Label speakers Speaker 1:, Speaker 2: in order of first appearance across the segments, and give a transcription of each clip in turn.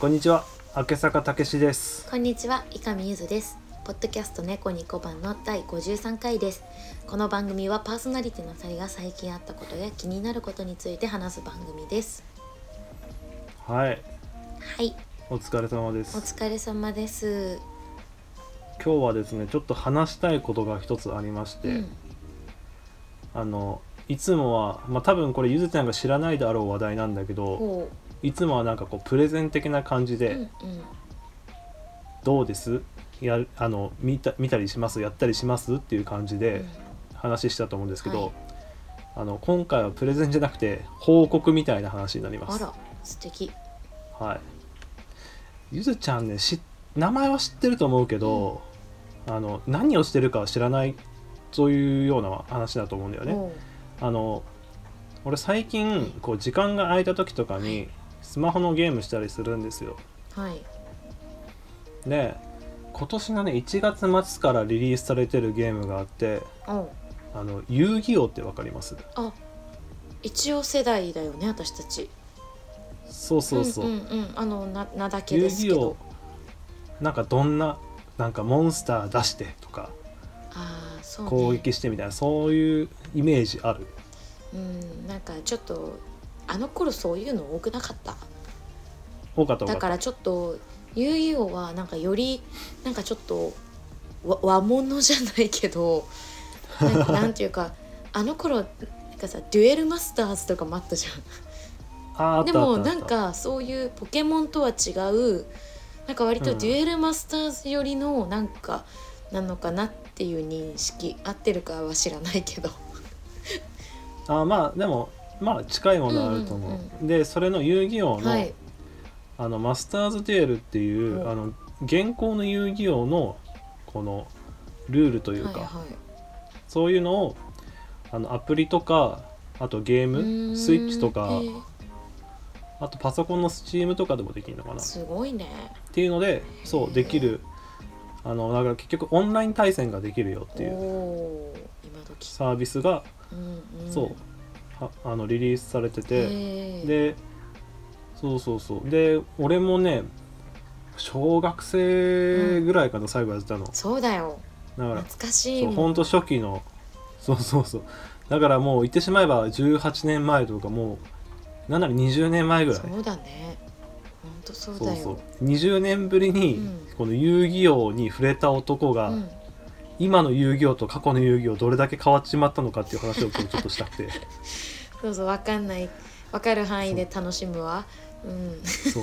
Speaker 1: こんにちは明坂たけしです
Speaker 2: こんにちは、伊上ゆずです。ポッドキャスト猫に小判の第53回です。この番組はパーソナリティの2人が最近あったことや気になることについて話す番組です。
Speaker 1: はい
Speaker 2: はい、
Speaker 1: お疲れ様で
Speaker 2: お
Speaker 1: す
Speaker 2: 疲れ様です。
Speaker 1: 今日はですねちょっと話したいことが一つありまして、
Speaker 2: うん、
Speaker 1: あのいつもは、まあ、多分これゆずちゃんが知らないであろう話題なんだけど
Speaker 2: こ
Speaker 1: いつもはなんかこうプレゼン的な感じ
Speaker 2: う、
Speaker 1: で、
Speaker 2: うんうん、
Speaker 1: どうですやるあの見た見たりしますやったりしますっていう感じで話したと思うんですけど、
Speaker 2: はい
Speaker 1: あの今回はプレゼンじゃなくて報告みたいな話になりま
Speaker 2: あ
Speaker 1: す
Speaker 2: ら、素敵。
Speaker 1: はいゆずちゃんねし名前は知ってると思うけど、あの何をしてるかは知らないそういうような話だと思うんだよね、
Speaker 2: おう
Speaker 1: あの俺最近こう時間が空いた時とかにスマホのゲームしたりするんですよ
Speaker 2: はい、
Speaker 1: で今年のね1月末からリリースされてるゲームがあって
Speaker 2: おう
Speaker 1: あの遊戯王ってわかります
Speaker 2: あ、一応世代だよね、私たち。
Speaker 1: そうそうそう、
Speaker 2: うんうん、うん、あのな名だけ
Speaker 1: 遊
Speaker 2: ですけ
Speaker 1: 戯王
Speaker 2: ど。
Speaker 1: なんかどんななんかモンスター出してとか
Speaker 2: ああ、そう、ね。
Speaker 1: 攻撃してみたいなそういうイメージある
Speaker 2: うん、なんかちょっとあの頃そういうの多くなかった
Speaker 1: 多かった多
Speaker 2: だ
Speaker 1: か
Speaker 2: か
Speaker 1: っ
Speaker 2: らちょっと遊戯王はなんかよりなんかちょっとわ和物じゃないけどな んかなんていうかあの頃なんかさデュエルマスターズとかもあったじ
Speaker 1: たあーあ
Speaker 2: ゃ
Speaker 1: っ
Speaker 2: ん
Speaker 1: た
Speaker 2: で
Speaker 1: あ
Speaker 2: も
Speaker 1: ったあ
Speaker 2: な
Speaker 1: った
Speaker 2: んかそういうポケモンとは違うなんか割とデュエルマスターズよりのなんかなのかなっていう認識合ってるかは知らないけど
Speaker 1: あーまあでもまあ近いものはあると思う,、
Speaker 2: うんうん
Speaker 1: でそれの遊戯王の,、
Speaker 2: はい
Speaker 1: あのマスターズ・デュエルっていう、
Speaker 2: うん
Speaker 1: あの現行の遊戯王のこのルールという
Speaker 2: はい
Speaker 1: か、
Speaker 2: はい
Speaker 1: そういうのをあのアプリとかあとゲー
Speaker 2: うー
Speaker 1: ム
Speaker 2: ん
Speaker 1: スイッチとか、
Speaker 2: へー
Speaker 1: あとパソコンの Steam とかでもできるのかなっ
Speaker 2: すごいね
Speaker 1: ていうのでそ
Speaker 2: へ
Speaker 1: う
Speaker 2: え
Speaker 1: できるあのだから結局オンライン対戦ができるよっていう
Speaker 2: おー今時、
Speaker 1: サービスが、
Speaker 2: うんうん、
Speaker 1: そうはあのリリースされてて、
Speaker 2: へー
Speaker 1: でそうそうそうで俺もね小学生ぐらいかな最後やってたの、
Speaker 2: そうだよ
Speaker 1: だから
Speaker 2: 懐かしい
Speaker 1: そう
Speaker 2: も
Speaker 1: ほ
Speaker 2: ん
Speaker 1: んと初期のそうそうそうだからもう言ってしまえば18年前とかもうなんなら20年前ぐらい
Speaker 2: そうだねほんとそう
Speaker 1: そう
Speaker 2: だ
Speaker 1: そ
Speaker 2: よ
Speaker 1: う20年ぶりに
Speaker 2: うん
Speaker 1: この遊戯王に触れた男が、
Speaker 2: うん
Speaker 1: 今の遊戯王と過去の遊戯王どれだけ変わっちまったのかっていう話を今日ちょっとしたくて
Speaker 2: そうそうわかんないわかる範囲で楽しむわうん
Speaker 1: そう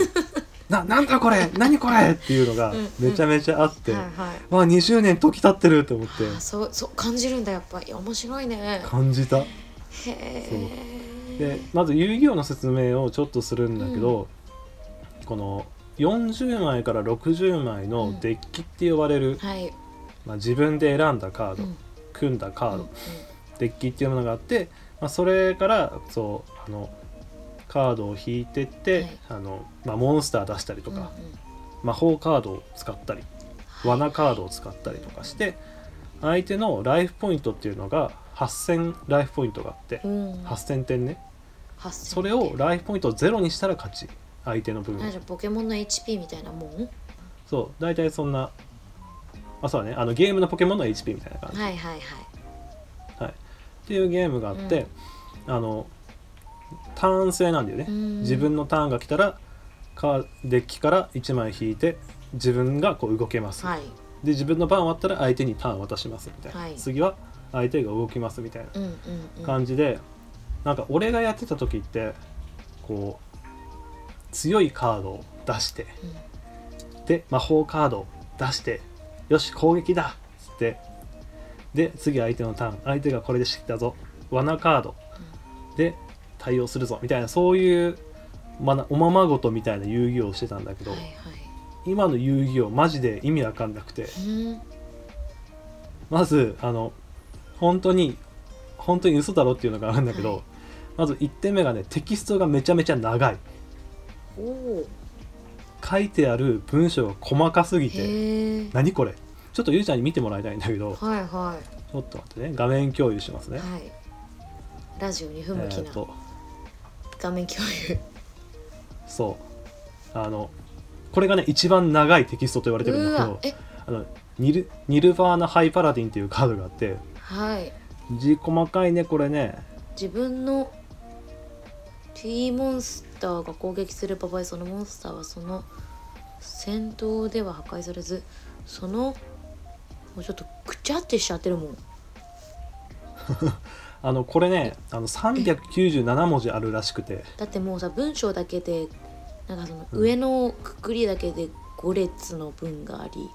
Speaker 1: ななんだこれ何これっていうのが
Speaker 2: うん
Speaker 1: めちゃめちゃあって、
Speaker 2: はいはい
Speaker 1: わあ20年時経ってると思って
Speaker 2: あーそうそう感じるんだやっぱいや面白いね
Speaker 1: 感じた
Speaker 2: へえ
Speaker 1: でまず遊戯王の説明をちょっとするんだけど、この40枚から60枚のデッキって呼ばれる、
Speaker 2: はい
Speaker 1: まあ、自分で選んだカード、
Speaker 2: うん
Speaker 1: 組んだカード、
Speaker 2: うん
Speaker 1: デッキっていうものがあって、まあ、それからそうあのカードを引いてって、
Speaker 2: はい
Speaker 1: あのまあ、モンスター出したりと
Speaker 2: うん
Speaker 1: か、
Speaker 2: うんうん
Speaker 1: 魔法カードを使ったり
Speaker 2: はい
Speaker 1: 罠カードを使ったりとかして相手のライフポイントっていうのが8,000ライフポイントがあって
Speaker 2: うん
Speaker 1: 8,000点ね。
Speaker 2: 八千
Speaker 1: それをライフポイントをゼロにしたら勝ち相手の分
Speaker 2: あじゃあポケモンの HP みたいなもん
Speaker 1: そう大体そんなあそうだねあのゲームのポケモンの HP みたいな感じ、
Speaker 2: はいはいはい
Speaker 1: っていうゲームがあって、あのターン制なんだよね、
Speaker 2: うん
Speaker 1: 自分のターンが来たらカーデッキから1枚引いて自分がこう動けます、
Speaker 2: はい
Speaker 1: で自分の番終わったら相手にターン渡しますみたいな、
Speaker 2: はい
Speaker 1: 次は相手が動きますみたいな
Speaker 2: うんうんうん
Speaker 1: 感じで、なんか俺がやってた時ってこう強いカードを出して
Speaker 2: うん
Speaker 1: で魔法カードを出してよし攻撃だっつってで次相手のターン相手がこれでしてきたぞ罠カードで対応するぞみたいなそういう、まな、おままごとみたいな遊戯王をしてたんだけど、
Speaker 2: はいはい
Speaker 1: 今の遊戯王マジで意味わかんなくて
Speaker 2: うん
Speaker 1: まずあの本当に本当に嘘だろっていうのがあるんだけど、
Speaker 2: はい
Speaker 1: まず1点目がねテキストがめちゃめちゃ長い
Speaker 2: おお
Speaker 1: 書いてある文章が細かすぎて
Speaker 2: へえ
Speaker 1: 何これちょっとゆうちゃんに見てもらいたいんだけど、
Speaker 2: はいは
Speaker 1: ちょっと待ってね、画面共有します
Speaker 2: い
Speaker 1: ね。
Speaker 2: はいラジオに不
Speaker 1: え
Speaker 2: 向き
Speaker 1: ー
Speaker 2: な
Speaker 1: と、
Speaker 2: 画面共有
Speaker 1: そう。あの、これがね一番長いテキストと言われてるん
Speaker 2: う
Speaker 1: だけど
Speaker 2: わえ
Speaker 1: あのニルニルヴァーナ・ハイ・パラディンっていうカードがあって
Speaker 2: はい
Speaker 1: 字細かいねこれね
Speaker 2: 自分の P モンスターが攻撃する場合そのモンスターはその戦闘では破壊されずそのもうちょっとくちゃってしちゃってるもん
Speaker 1: あのこれねあの397文字あるらしくて
Speaker 2: だってもうさ文章だけでなんかその上のくくりだけで5列の文がありも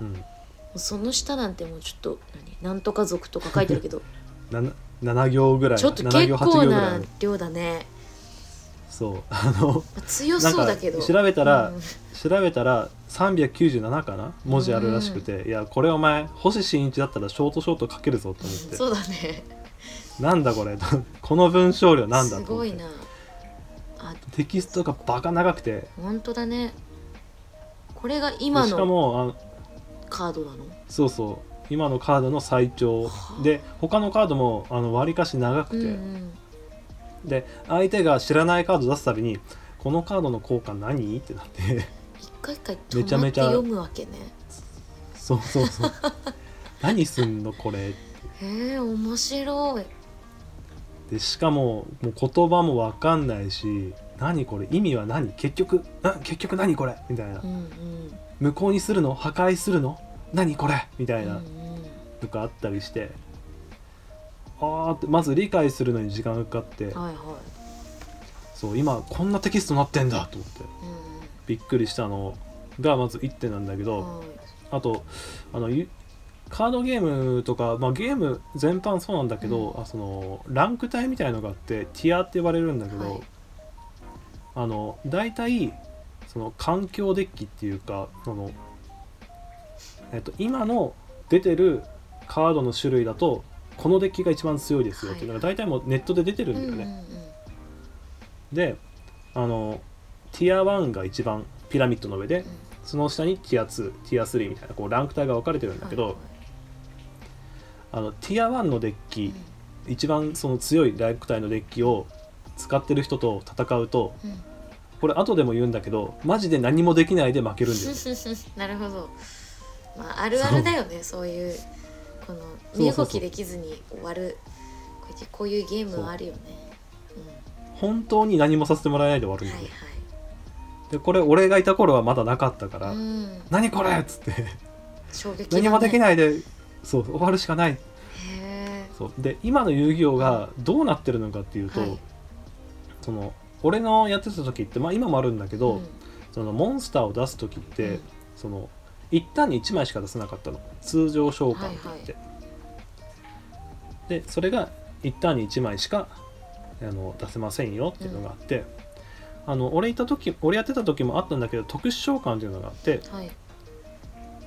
Speaker 1: うん
Speaker 2: うその下なんてもうちょっと何なんとか族とか書いてるけど
Speaker 1: 7, 7行ぐらい
Speaker 2: ちょっと
Speaker 1: 7
Speaker 2: 結
Speaker 1: 行8行
Speaker 2: 構
Speaker 1: ぐらいあ
Speaker 2: な
Speaker 1: る
Speaker 2: 量だね
Speaker 1: そう あの
Speaker 2: まあ強
Speaker 1: なん
Speaker 2: そう
Speaker 1: か
Speaker 2: だけど
Speaker 1: 調べたら、
Speaker 2: うん
Speaker 1: 調べたら397かな文字あるらしくて、いやこれお前星新一だったらショートショート書けるぞと思って、
Speaker 2: そうだね
Speaker 1: なんだこれ この文章量なんだ
Speaker 2: す
Speaker 1: と思
Speaker 2: ご
Speaker 1: っ
Speaker 2: い
Speaker 1: て
Speaker 2: なあ
Speaker 1: テキストがバカ長くてで
Speaker 2: 本当だねこれが今
Speaker 1: しか
Speaker 2: の
Speaker 1: もあの
Speaker 2: カードなの
Speaker 1: そうそう今のカードの最長で他のカードもあの割かし長
Speaker 2: う
Speaker 1: く
Speaker 2: ん
Speaker 1: て、
Speaker 2: うん
Speaker 1: で相手が知らないカード出すたびに「このカードの効果何?」ってなって
Speaker 2: 一回一回
Speaker 1: めち
Speaker 2: 止
Speaker 1: ゃ
Speaker 2: まっ
Speaker 1: め
Speaker 2: て
Speaker 1: ちゃ
Speaker 2: 読むわけね
Speaker 1: そうそうそう何すんのこれ
Speaker 2: へえ面白い
Speaker 1: でしかももう言葉も分かんないし何これ意味は何結局ん結局何これみたいな
Speaker 2: うんうん
Speaker 1: 無効にするの破壊するの何これみた
Speaker 2: う
Speaker 1: い
Speaker 2: んう
Speaker 1: なんとかあったりしてあーってまず理解するのに時間がかかって
Speaker 2: はいは
Speaker 1: そう今こんなテキストになってんだと思って
Speaker 2: いうん
Speaker 1: びっくりしたのがまず1点なんだけど、
Speaker 2: うんはい
Speaker 1: あとあのゆカードゲームとか、まあ、ゲーム全般そうなんだけど、
Speaker 2: う
Speaker 1: あそのランク帯みたいのがあってティアって言われるんだけど、
Speaker 2: はい
Speaker 1: あの大体その環境デッキっていうかその、えっと、今の出てるカードの種類だとこのデッキが一番強いですよっていうのが
Speaker 2: は
Speaker 1: 大体もうネットで出てるん
Speaker 2: う
Speaker 1: だ
Speaker 2: ん
Speaker 1: よ
Speaker 2: うんう
Speaker 1: ね。
Speaker 2: ん
Speaker 1: であのティア1が一番ピラミッドの上で、その下にティア2ティア3みたいなこうランク帯が分かれてるんだけど、
Speaker 2: はいは
Speaker 1: あのティア1のデッ
Speaker 2: い
Speaker 1: キ、一番その強いランク帯のデッキを使ってる人と戦うと
Speaker 2: うんうん
Speaker 1: これ後でも言うんだけどマジで何もできないで負けるんだよ
Speaker 2: なるほどまああるあるだよねそういうこの身動きできずに終わるこうやってこういうゲームはあるよね
Speaker 1: 本当に何もさせてもらえないで終わる
Speaker 2: うん
Speaker 1: だよ、
Speaker 2: んはいはい
Speaker 1: でこれ俺がいた頃はまだなかったから「
Speaker 2: うん
Speaker 1: 何これ!」っつって
Speaker 2: 衝撃
Speaker 1: 「
Speaker 2: だね
Speaker 1: 何もできないでそう終わるしかない
Speaker 2: へ」
Speaker 1: そうで今の遊戯王がどうなってるのかっていうと、
Speaker 2: はい
Speaker 1: その俺のやってた時ってまあ今もあるんだけ
Speaker 2: え
Speaker 1: ど、そのモンスターを出す時って、
Speaker 2: うん
Speaker 1: その一旦に1枚しか出せなかったの通常召喚って言って、でそれが一旦に1枚しかあの出せませんよっていうのがあって、あの俺いた時俺やってた時もあったんだけど特殊召喚っていうのがあって
Speaker 2: はい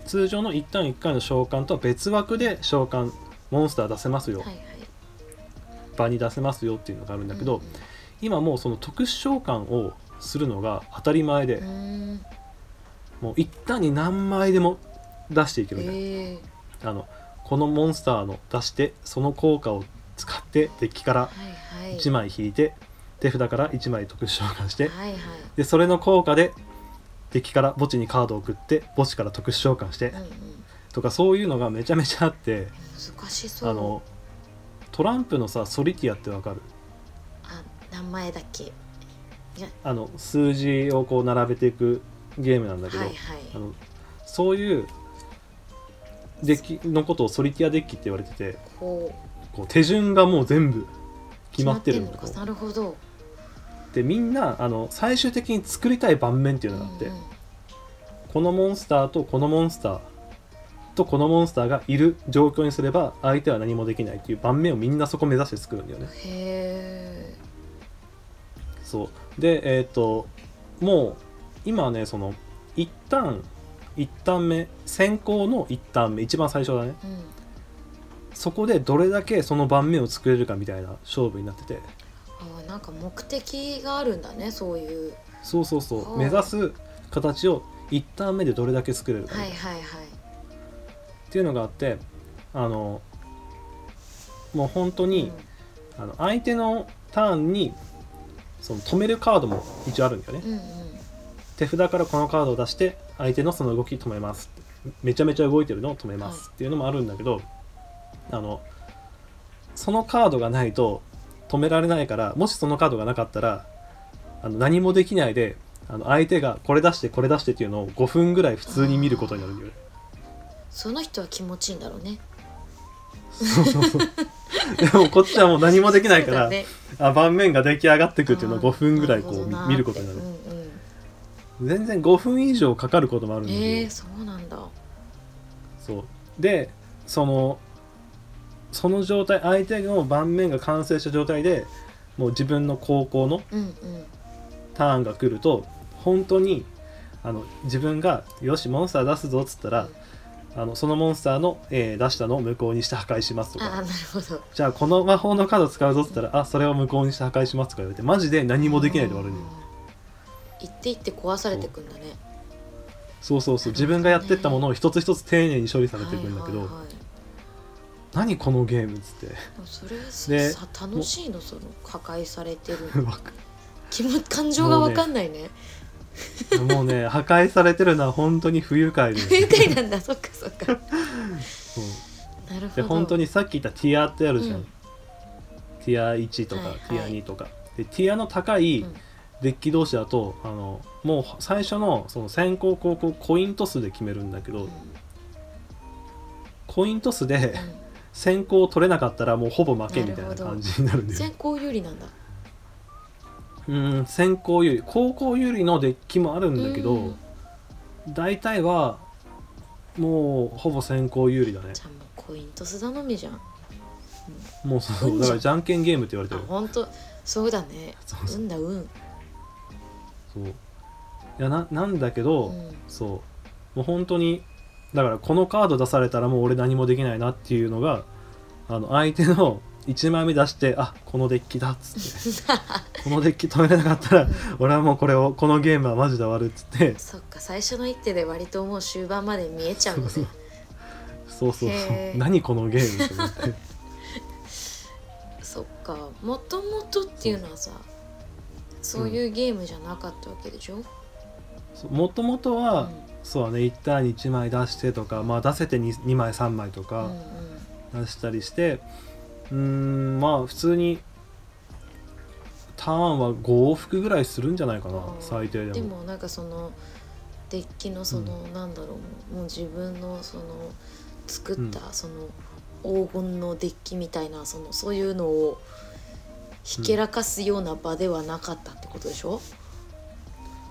Speaker 1: 通常の一旦1回の召喚とは別枠で召喚モンスター出せますよ、
Speaker 2: はいはい
Speaker 1: 場に出せますよっていうのがあるんだけど、
Speaker 2: うん
Speaker 1: 今もうその特殊召喚をするのが当たり前で、
Speaker 2: うんう
Speaker 1: もう一旦に何枚でも出していけ
Speaker 2: ー
Speaker 1: るみたいな。
Speaker 2: んへえ
Speaker 1: あのこのモンスターの出してその効果を使ってデッキから
Speaker 2: はいはい
Speaker 1: 1枚引いて手札から1枚特殊召喚して
Speaker 2: はいはい
Speaker 1: でそれの効果でデッキから墓地にカードを送って墓地から特殊召喚して
Speaker 2: うんうん
Speaker 1: とかそういうのがめちゃめちゃあって
Speaker 2: 難しそう
Speaker 1: あのトランプのさソリティアってわかる
Speaker 2: あ名前だけ
Speaker 1: あの数字をこう並べていくゲームなんだけど、
Speaker 2: はいはい
Speaker 1: あのそういうデッキのことをソリティアデッキって言われてて
Speaker 2: こ
Speaker 1: こう手順がもう全部
Speaker 2: う
Speaker 1: 決まってる
Speaker 2: 決
Speaker 1: の
Speaker 2: かなるほど
Speaker 1: でみんなあの最終的に作りたい盤面っていうのがあって、
Speaker 2: うんうん
Speaker 1: このモンスターとこのモンスターとこのモンスターがいる状況にすれば相手は何もできないっていう盤面をみんなそこ目指して作るんだよね
Speaker 2: へえ
Speaker 1: そうでえっ、ともう今ねその一旦一旦目先行の一旦目一番最初だね
Speaker 2: うん
Speaker 1: そこでどれだけその盤面を作れるかみたいな勝負になってて
Speaker 2: あーなんか目的があるんだねそういう
Speaker 1: そうそうそ
Speaker 2: は
Speaker 1: う
Speaker 2: あ
Speaker 1: 目指す形を一旦目でどれだけ作れるかみたいな
Speaker 2: はいはいはい
Speaker 1: っていうのがあってあのもう本当に、あの相手のターンにその止めるカードも一応あるんだよね
Speaker 2: うん、うんうん
Speaker 1: 手札からこのカードを出して相手のその動き止めますめちゃめちゃ動いてるのを止めます、っていうのもあるんだけどあのそのカードがないと止められないからもしそのカードがなかったらあの何もできないであの相手がこれ出してこれ出してっていうのを5分ぐらい普通に見ることになるんだよね。
Speaker 2: その人は気持ちいいんだろうね
Speaker 1: そうそうそうでもこっちはもう何もできないか
Speaker 2: そう
Speaker 1: ら、
Speaker 2: だね
Speaker 1: あ盤面が出来上がってくっていうのを
Speaker 2: あー
Speaker 1: 5分ぐらいこ
Speaker 2: なるほどな
Speaker 1: う見ることになる
Speaker 2: うんう
Speaker 1: 全
Speaker 2: ん
Speaker 1: 然5分以上かかることもあるんだけど、
Speaker 2: えー、そうなんだ
Speaker 1: そうでそのその状態相手の盤面が完成した状態でもう自分の高校の
Speaker 2: うんうん
Speaker 1: ターンが来ると本当にあの自分が「よしモンスター出すぞ」っつったら、あのそのモンスターの、えー出したのを無効にして破壊しますと
Speaker 2: ああ
Speaker 1: か
Speaker 2: なるほど
Speaker 1: じゃあこの魔法のカード使うぞっつったら「あそれを無効にして破壊します」とか言われてマジで何もできないで終わるんだよ、
Speaker 2: うん行って行って壊されてくんだね
Speaker 1: そうそうそう自分がやってったものを一つ一つ丁寧に処理されていくんだけど「
Speaker 2: はいはいはい
Speaker 1: 何このゲーム」っつって
Speaker 2: でもそれ
Speaker 1: で
Speaker 2: さ楽しいのその破壊されてる
Speaker 1: わか
Speaker 2: 気も感情がわかんないね
Speaker 1: もうね破壊されてるのは本当に不愉快で
Speaker 2: 不愉快なんだそっかそっ か
Speaker 1: そう
Speaker 2: なるほ
Speaker 1: で
Speaker 2: ど
Speaker 1: 本当にさっき言ったティアってあるじゃん、
Speaker 2: うん
Speaker 1: ティア1とか、
Speaker 2: はいはい
Speaker 1: ティア2とかでティアの高い
Speaker 2: うん
Speaker 1: デッキ同士だと、あのもう最初のその先行後攻コイントスで決めるんだけど、
Speaker 2: うん
Speaker 1: コイントスで先行取れなかったらもうほぼ負けみたいな感じになるん
Speaker 2: うん
Speaker 1: だよ
Speaker 2: 先行有利なんだ
Speaker 1: うん先行有利後攻有利のデッキもあるんだけど、
Speaker 2: うん
Speaker 1: 大体はもうほぼ先行有利だね
Speaker 2: じゃあもうコイントス頼みじゃんあ
Speaker 1: もうそううんだからじゃんけんゲームって言われてる
Speaker 2: 本当そうだね
Speaker 1: そうそう
Speaker 2: 運だ運
Speaker 1: そういやななんだけど、
Speaker 2: うん
Speaker 1: そうもう本当にだからこのカード出されたらもう俺何もできないなっていうのがあの相手の1枚目出してあこのデッキだっつ ってこのデッキ止めれなかったら俺はもうこれをこのゲームはマジで終わるっつって
Speaker 2: そっか最初の一手で割ともう終盤まで見えちゃうの
Speaker 1: そう
Speaker 2: ね
Speaker 1: そうそうそう
Speaker 2: へー
Speaker 1: 何このゲームと思って
Speaker 2: そっかもともとっていうのはさそういうゲームじゃなかったわけでしょ、うん
Speaker 1: そうもともとは、そうだね1ターンに1枚出してとか、まあ、出せて 2, 2枚3枚と
Speaker 2: うん
Speaker 1: か、
Speaker 2: うん
Speaker 1: 出したりしてうーんまあ普通にターンは5往復ぐらいするんじゃないかな
Speaker 2: うん
Speaker 1: 最低でも
Speaker 2: でもなんかそのデッキのその、なんだろうもう自分のその作ったその黄金のデッキみたいなそのそういうのをひけらかすような場ではなかったってことでしょ、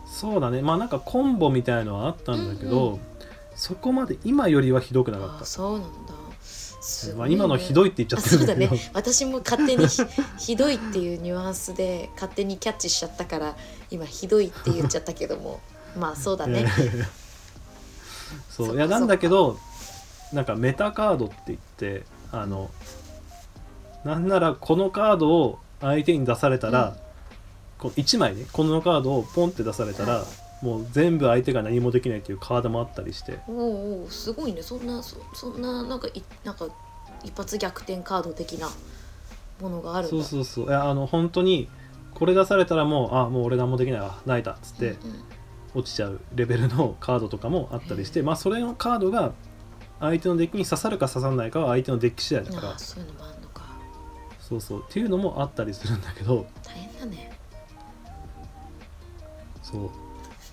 Speaker 1: そうだねまあなんかコンボみたいのはあったんだけど、
Speaker 2: うん
Speaker 1: そこまで今よりはひどくなか
Speaker 2: あ
Speaker 1: っ
Speaker 2: あ
Speaker 1: た
Speaker 2: そうなんだす
Speaker 1: ま
Speaker 2: ご
Speaker 1: あ、
Speaker 2: いね
Speaker 1: 今のひどいって言っちゃ
Speaker 2: あ
Speaker 1: って
Speaker 2: そ
Speaker 1: る
Speaker 2: うん
Speaker 1: だ
Speaker 2: だ
Speaker 1: け
Speaker 2: ね
Speaker 1: ど
Speaker 2: 私も勝手にひひどいっていうニュアンスで勝手にキャッチしちゃったから今ひどいって言っちゃったけども まあそうだね、
Speaker 1: そ
Speaker 2: そっ
Speaker 1: う
Speaker 2: か
Speaker 1: いやなんだけどなんかメタカードって言ってあのなんならこのカードを相手に出されたら、こう1枚ねこのカードをポンって出されたら、
Speaker 2: は
Speaker 1: もう全部相手が何もできないというカードもあったりして
Speaker 2: おうおうすごいねそんなそそんななんかいなんか一発逆転カード的なものがあるんだ
Speaker 1: そうそうそういやあの本当にこれ出されたらもうあもう俺何もできないわ泣いたっつって
Speaker 2: うんうん
Speaker 1: 落ちちゃうレベルのカードとかもあったりして、
Speaker 2: へ
Speaker 1: まあそれのカードが相手のデッキに刺さるか刺さらないかは相手のデッキ次第だか
Speaker 2: あ
Speaker 1: ら
Speaker 2: あそういうのもあるのか
Speaker 1: そうそうっていうのもあったりするんだけど
Speaker 2: 大変だね
Speaker 1: そ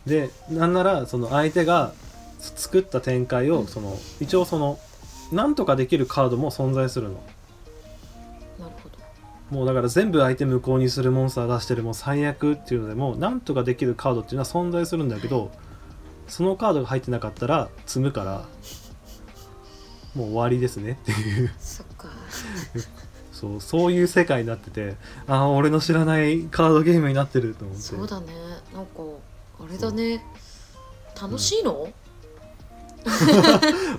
Speaker 1: うでなんならその相手がつ作った展開
Speaker 2: う
Speaker 1: を
Speaker 2: ん
Speaker 1: その一応そのなんとかできるカードも存在するの
Speaker 2: なるほど
Speaker 1: もうだから全部相手無効にするモンスター出してるもう最悪っていうのでもうなんとかできるカードっていうのは存在するんだけどそのカードが入ってなかったら積むからもう終わりですね っていう
Speaker 2: そっか
Speaker 1: そうそういう世界になっててああ俺の知らないカードゲームになってると思って
Speaker 2: そうだねなんかあれだね楽しいの、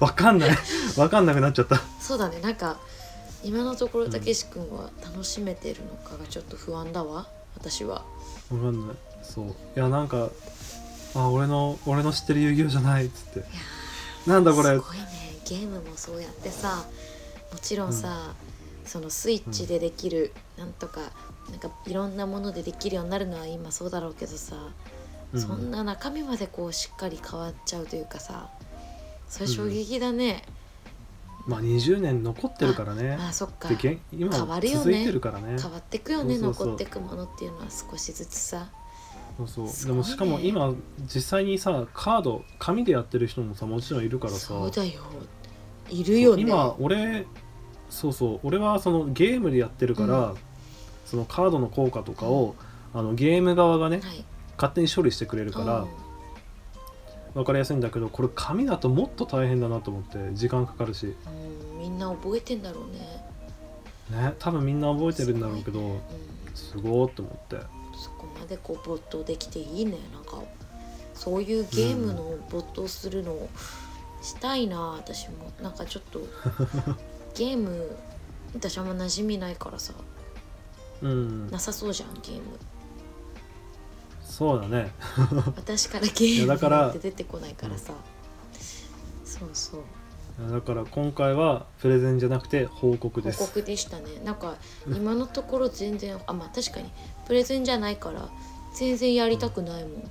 Speaker 1: わかんないわかんなくなっちゃった
Speaker 2: そうだねなんか今のところたけし君は楽しめてるのかがちょっと不安だわ私は
Speaker 1: わかんないそういやなんかあ俺の俺の知ってる遊戯王じゃないっつってなんだこ
Speaker 2: す
Speaker 1: れ
Speaker 2: ごいねゲームもそうやってさもちろんさ、そのスイッチでできる、なんとかなんかいろんなものでできるようになるのは今そうだろうけどさ
Speaker 1: うん
Speaker 2: そんな中身までこうしっかり変わっちゃうというかさそれ衝撃だね、
Speaker 1: まあ20年残ってるからね
Speaker 2: あそっか
Speaker 1: で現今
Speaker 2: 変わるよね
Speaker 1: 続いてるからね
Speaker 2: 変わってくよね
Speaker 1: そうそうそう
Speaker 2: 残ってくものっていうのは少しずつさ
Speaker 1: そうそう
Speaker 2: す
Speaker 1: で
Speaker 2: ごいね
Speaker 1: もしかも今実際にさカード紙でやってる人もさもちろんいるからさ
Speaker 2: そうだよいるよね
Speaker 1: 今俺そうそう俺はそのゲームでやってるから、そのカードの効果とかを、あのゲーム側がね
Speaker 2: はい
Speaker 1: 勝手に処理してくれるから分かりやすいんだけどこれ紙だともっと大変だなと思って時間かかるし
Speaker 2: うんうんみんな覚えてんだろうね
Speaker 1: ね多分みんな覚えてるんだろうけど
Speaker 2: うん
Speaker 1: すごーって思って
Speaker 2: そこまでこう没頭できていいねなんかそういうゲームの没頭するのをしたいな、私もなんかちょっ とゲーム私あんま馴染みないからさ
Speaker 1: うん
Speaker 2: なさそうじゃんゲーム
Speaker 1: そうだね
Speaker 2: 私からゲー
Speaker 1: いや
Speaker 2: ム
Speaker 1: だから
Speaker 2: なんて出てこないからさそうそう
Speaker 1: だから今回はプレゼンじゃなくて報告で
Speaker 2: 報
Speaker 1: す
Speaker 2: 告でしたねなんか
Speaker 1: うん
Speaker 2: 今のところ全然あまあ確かにプレゼンじゃないから全然やりたくないもん、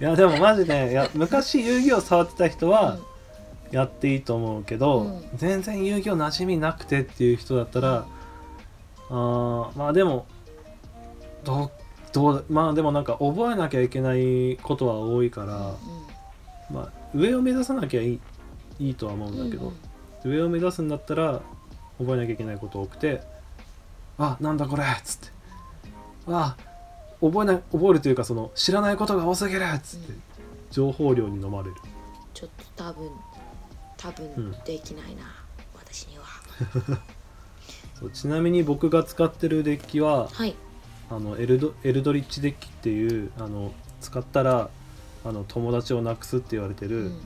Speaker 1: いやでもマジねいや昔遊戯王触ってた人は
Speaker 2: うん
Speaker 1: やっていいと思うけど、
Speaker 2: うん
Speaker 1: 全然遊戯王馴染みなくてっていう人だったら、あーまあでもどうどうまあでもなんか覚えなきゃいけないことは多いから、まあ、上を目指さなきゃいいいいとは思うんだけど、
Speaker 2: うん
Speaker 1: 上を目指すんだったら覚えなきゃいけないこと多くて「あなんだこれ」っつって「あ覚えない覚えるというかその知らないことが多すぎる」っつって、
Speaker 2: うん
Speaker 1: 情報量に飲まれる
Speaker 2: ちょっと多分多
Speaker 1: うん
Speaker 2: 分できないな、私には
Speaker 1: そうちなみに僕が使ってるデッキは
Speaker 2: はい
Speaker 1: あのエルドエルドリッチデッキっていうあの使ったらあの友達をなくすって言われてる、
Speaker 2: うん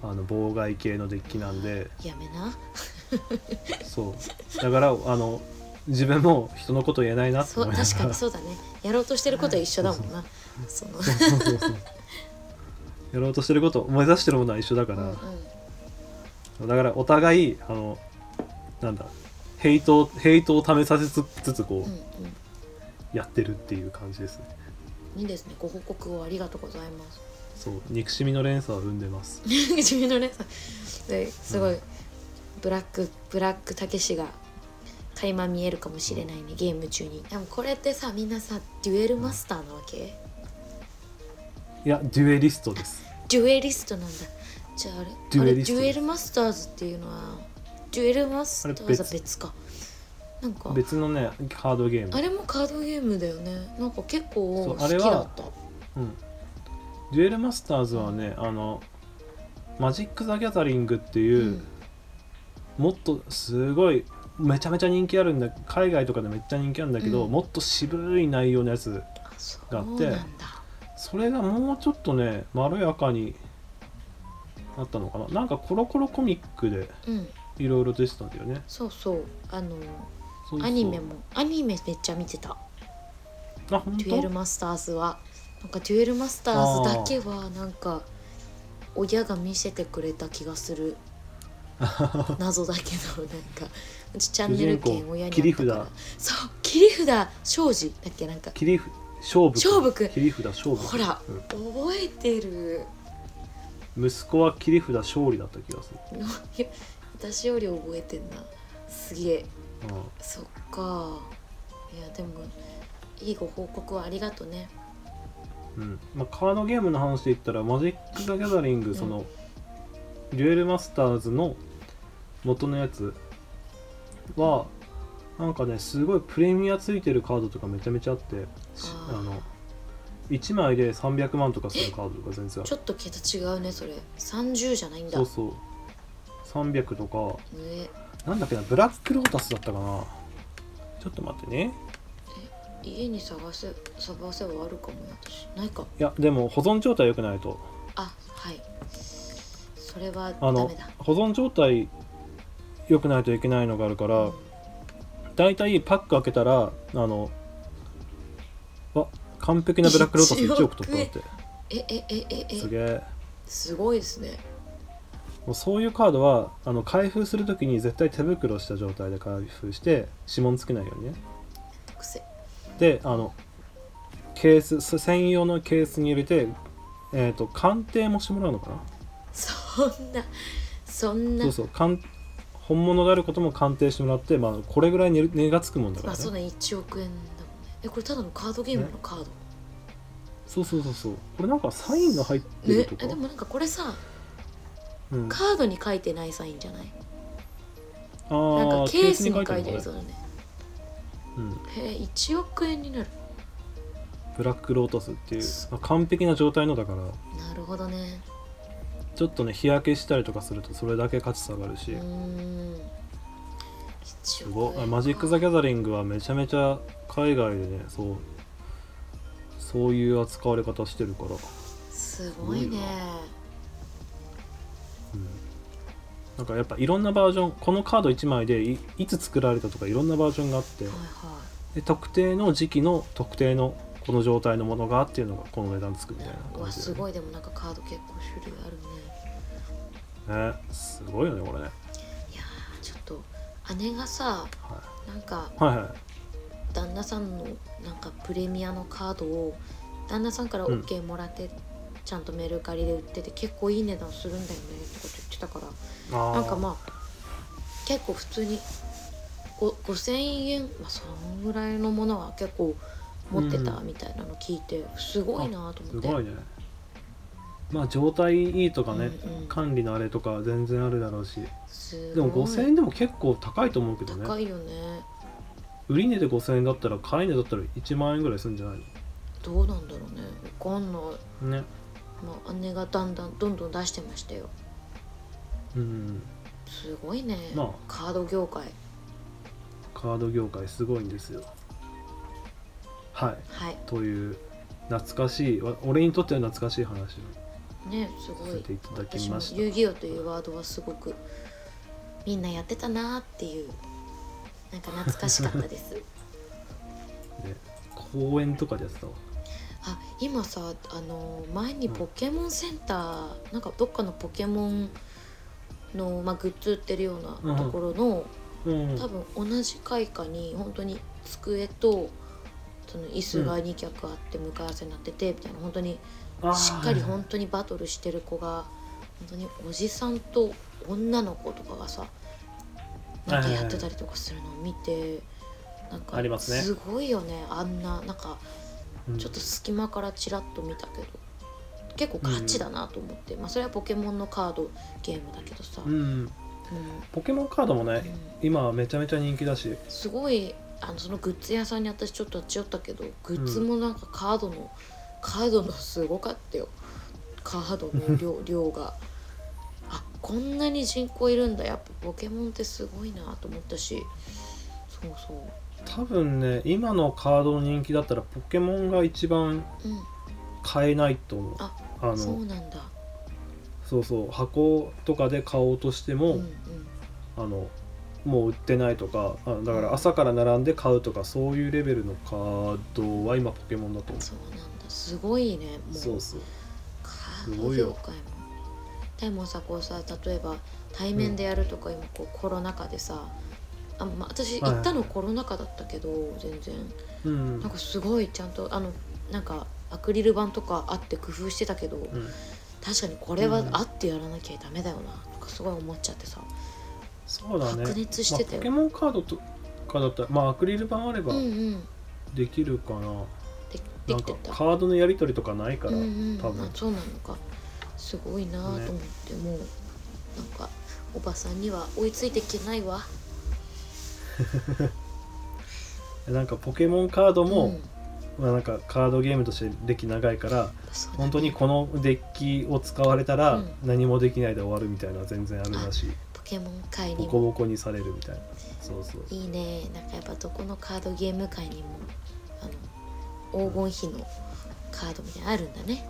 Speaker 1: あの妨害系のデッキなんで
Speaker 2: やめな
Speaker 1: そうだからあの自分も人のこと言えないなって
Speaker 2: そう
Speaker 1: 思いながら
Speaker 2: 確かにそうだねやろうとしてることは一緒だもんなそ の
Speaker 1: そうそうそうやろうとしてること目指してるものは一緒だか
Speaker 2: うんうん
Speaker 1: ら、だからお互いあのなんだヘイトをヘイトを試させつつつこ
Speaker 2: うん
Speaker 1: うやってるっていう感じですね、
Speaker 2: うんいいですねご報告をありがとうございます
Speaker 1: そう憎しみの連鎖を生んでます
Speaker 2: 自分のねですごい、ブラックブラックたけしが垣間見えるかもしれないねゲーム中にでもこれってさみんなさデュエルマスターなわけ、
Speaker 1: いやデュエリストです
Speaker 2: デュエリストなんだじゃああれ
Speaker 1: デュエ
Speaker 2: あれ
Speaker 1: リス
Speaker 2: デ
Speaker 1: トで
Speaker 2: ュ
Speaker 1: す
Speaker 2: エルマスターズっていうのはデュエルマスターズは
Speaker 1: あれ
Speaker 2: 別かなんか
Speaker 1: 別のねカードゲーム
Speaker 2: あれもカードゲームだよねなんか結構
Speaker 1: そ
Speaker 2: 好
Speaker 1: う
Speaker 2: き
Speaker 1: あれ
Speaker 2: だ
Speaker 1: は
Speaker 2: った
Speaker 1: うん、デュエルマスターズはねあのマジック・ザ・ギャザリングっていう、
Speaker 2: うん
Speaker 1: もっとすごいめちゃめちゃ人気あるんだ海外とかでめっちゃ人気あるんだけど、
Speaker 2: うん
Speaker 1: もっと渋い内容のやつ
Speaker 2: あそ
Speaker 1: があっ
Speaker 2: う
Speaker 1: て
Speaker 2: なんだ
Speaker 1: それがもうちょっとねまろやかになったのかななんかコロコロコミックで
Speaker 2: うん
Speaker 1: いろいろ出てたんだよね
Speaker 2: そうそうあの
Speaker 1: そうそう
Speaker 2: アニメもアニメめっちゃ見てた
Speaker 1: あ本
Speaker 2: デュエル
Speaker 1: 当
Speaker 2: マスターズはなんかデュエルマスターズだけはなんか親が見せてくれた気がす る謎だけどなんかうちチャンネル
Speaker 1: 主人
Speaker 2: 権
Speaker 1: 公
Speaker 2: 親にあったから
Speaker 1: 切
Speaker 2: そう切り札庄司だっけなんか
Speaker 1: 切り札勝負
Speaker 2: 勝負君
Speaker 1: 切り札勝負
Speaker 2: ほら
Speaker 1: う
Speaker 2: 覚えてる
Speaker 1: ん息子は切り札勝利だった気がする、
Speaker 2: 私より覚えてんなすげえ
Speaker 1: うん
Speaker 2: そっかいやでもいいご報告をありがとね
Speaker 1: うんまあ、カードゲームの話で言ったらマジック・ザ・ギャザリング、
Speaker 2: ん
Speaker 1: そのデュエルマスターズの元のやつはなんかねすごいプレミアついてるカードとかめちゃめちゃあってし
Speaker 2: あ
Speaker 1: あ
Speaker 2: ー
Speaker 1: の1枚で300万とかするカードとか全然あ
Speaker 2: ちょ
Speaker 1: る
Speaker 2: っと桁違うねそれ30じゃないんだ
Speaker 1: そうそう300とか
Speaker 2: 上
Speaker 1: なんだっけなブラックロータスだったかなちょっと待ってね
Speaker 2: 家に探せ探せはあるかもよ私ないか
Speaker 1: いやでも保存状態良くないと
Speaker 2: あはいそれは
Speaker 1: あ
Speaker 2: ダ
Speaker 1: の
Speaker 2: メだ
Speaker 1: 保存状態良くないといけないのがあるから、
Speaker 2: うん
Speaker 1: 大体パック開けたらあのあ完璧なブラックロータス1億
Speaker 2: 1億
Speaker 1: 突破だって
Speaker 2: えええええ
Speaker 1: すげえ
Speaker 2: すごいですね
Speaker 1: もうそういうカードはあの開封するときに絶対手袋した状態で開封して指紋つけないようにね
Speaker 2: 癖
Speaker 1: であのケースそ専用のケースに入れて、えー、と鑑定もしてもらうのかな
Speaker 2: そんなそんな
Speaker 1: そうそう鑑本物であることも鑑定してもらって、まあ、これぐらいに値がつくもんだか
Speaker 2: ま
Speaker 1: ら
Speaker 2: あ
Speaker 1: ね
Speaker 2: そうだね1億円だもんねえこれただのカードゲームのカード、
Speaker 1: そうそうそうそうこれなんかサインが入ってる
Speaker 2: ね
Speaker 1: とか、
Speaker 2: えでもなんかこれさ
Speaker 1: うん、
Speaker 2: カードに書いてないサインじゃない
Speaker 1: あ
Speaker 2: なん
Speaker 1: ー
Speaker 2: かケースに書いて
Speaker 1: る
Speaker 2: る
Speaker 1: のか
Speaker 2: そうだね
Speaker 1: ね
Speaker 2: へえ1億円になる
Speaker 1: うん、ブラックロータスっていう、まあ、完璧な状態のだから
Speaker 2: なるほどね
Speaker 1: ちょっとね日焼けしたりとかするとそれだけ価値下がるし、
Speaker 2: うーんす
Speaker 1: すごいあマジック・ザ・ギャザリングはめちゃめちゃ海外でねそうそういう扱われ方してるから、
Speaker 2: すごいね
Speaker 1: うん、なんかやっぱいろんなバージョンこのカード1枚でいいつ作られたとかいろんなバージョンがあって
Speaker 2: はいは
Speaker 1: で特定の時期の特定のこの状態のものがっていうのがこの値段つくみたいない感
Speaker 2: わ
Speaker 1: じ
Speaker 2: す
Speaker 1: でね、
Speaker 2: ごいでもなんかカード結構種類あるね
Speaker 1: ね、すごいよねこれね、
Speaker 2: いやーちょっと姉がさ
Speaker 1: は
Speaker 2: なんか
Speaker 1: い、はいはい
Speaker 2: 旦那さんのなんかプレミアのカードを旦那さんから
Speaker 1: うん
Speaker 2: OK もらって、ちゃんとメルカリで売ってて結構いい値段するんだよねってこと言ってたから
Speaker 1: あー
Speaker 2: なんかまあ結構普通にご5,000円まあそんぐらいのものは結構持ってた
Speaker 1: う
Speaker 2: みたいなの聞いて、すごいなと
Speaker 1: す
Speaker 2: 思って
Speaker 1: ごいねまあ状態いいとかね、
Speaker 2: うんうん
Speaker 1: 管理のあれとか全然あるだろうし
Speaker 2: す
Speaker 1: でも
Speaker 2: ごい
Speaker 1: 5000円でも結構高いと思うけど
Speaker 2: 高
Speaker 1: ね
Speaker 2: いよね
Speaker 1: 売り値で5000円だったら買い値だったら1万円ぐらいするんじゃない
Speaker 2: どうなんだろうねわかんない、
Speaker 1: のね
Speaker 2: まあ、姉がだんだんどんどん出してましたよ
Speaker 1: うん
Speaker 2: すごいね、
Speaker 1: まあ
Speaker 2: カード業界
Speaker 1: カード業界すごいんですよはい
Speaker 2: はい
Speaker 1: という懐かしいわ俺にとっては懐かしい話を
Speaker 2: ねすご
Speaker 1: させ
Speaker 2: い
Speaker 1: ていただき
Speaker 2: 私も
Speaker 1: まし
Speaker 2: 遊戯王というワードはすごくみんなやってたなーっていうなんか懐かしかったです
Speaker 1: たね公園とかでやってたわ
Speaker 2: あ今さあのー前にポケモンセンター、なんかどっかのポケモンの、まあ、グッズ売ってるようなところの、
Speaker 1: うん
Speaker 2: 多分同じ階下に本当に机とその椅子が2脚あって向かい合わせになっててみたいな本当に
Speaker 1: あー
Speaker 2: しっかり本当にバトルしてる子が本当におじさんと女の子とかがさなんかやってたりとかするのを見てなんか
Speaker 1: ありますね
Speaker 2: すごいよねあんななんか
Speaker 1: うん
Speaker 2: ちょっと隙間からちらっと見たけど結構ガチだなと思って、まあそれはポケモンのカードゲームだけどさ、
Speaker 1: うん
Speaker 2: うん
Speaker 1: ポケモンカードもね今はめちゃめちゃ人気だし
Speaker 2: すごいあのそのグッズ屋さんに私ちょっと立ち寄ったけどグッズもなんかカードの、カードのすごかったよカードの量量があこんなに人口いるんだやっぱポケモンってすごいなと思ったしそうそ
Speaker 1: 多分ね今のカードの人気だったらポケモンが一番
Speaker 2: ううん
Speaker 1: 買えないと思う
Speaker 2: あ
Speaker 1: あの
Speaker 2: そ
Speaker 1: そうう
Speaker 2: なんだ
Speaker 1: そう箱とかで買おうとして
Speaker 2: う
Speaker 1: も、
Speaker 2: んうん
Speaker 1: あのもう売ってないとかあだから朝から並んで買うとかそういうレベルのカードは今ポケモンだと思
Speaker 2: そうなんだすごいね
Speaker 1: う
Speaker 2: も
Speaker 1: そううそう
Speaker 2: カ
Speaker 1: す
Speaker 2: ード
Speaker 1: ごい
Speaker 2: 業
Speaker 1: よ
Speaker 2: 界もでもさこうさ例えば対面でやるとか、今こうコロナ禍でさあ、まあ、私
Speaker 1: はい
Speaker 2: 行ったのコロナ禍だったけど、全然
Speaker 1: うん
Speaker 2: なんかすごいちゃんとあのなんかアクリル板とかあって工夫してたけど、
Speaker 1: うん、
Speaker 2: 確かにこれは
Speaker 1: うん
Speaker 2: あってやらなきゃダメだよなとかすごい思っちゃってさ、
Speaker 1: そうだね
Speaker 2: 白熱してた
Speaker 1: まあ
Speaker 2: よ
Speaker 1: ポケモンカードとかだったらまあアクリル板あれば
Speaker 2: うんうん
Speaker 1: できるかな、
Speaker 2: で
Speaker 1: な
Speaker 2: で
Speaker 1: ん
Speaker 2: き
Speaker 1: か
Speaker 2: てた
Speaker 1: カードのやり取りとかないから、
Speaker 2: うんうん、
Speaker 1: 多分
Speaker 2: あそうなのかすごいなと思って、もうなんかおばさんには追いついていけないわ
Speaker 1: なんかポケモンカードも、
Speaker 2: うん
Speaker 1: まあ、なんかカードゲームとして歴長いから
Speaker 2: そうだね
Speaker 1: 本当にこのデッキを使われたら
Speaker 2: うん
Speaker 1: 何もできないで終わるみたいなのは全然あるらしい、
Speaker 2: ポケモン界
Speaker 1: ボ
Speaker 2: に
Speaker 1: コ
Speaker 2: も
Speaker 1: ボコにされるみたいなそうそう
Speaker 2: いいねなんかやっぱどこのカードゲーム界にもあの黄金比のカードみたいなのあるんだね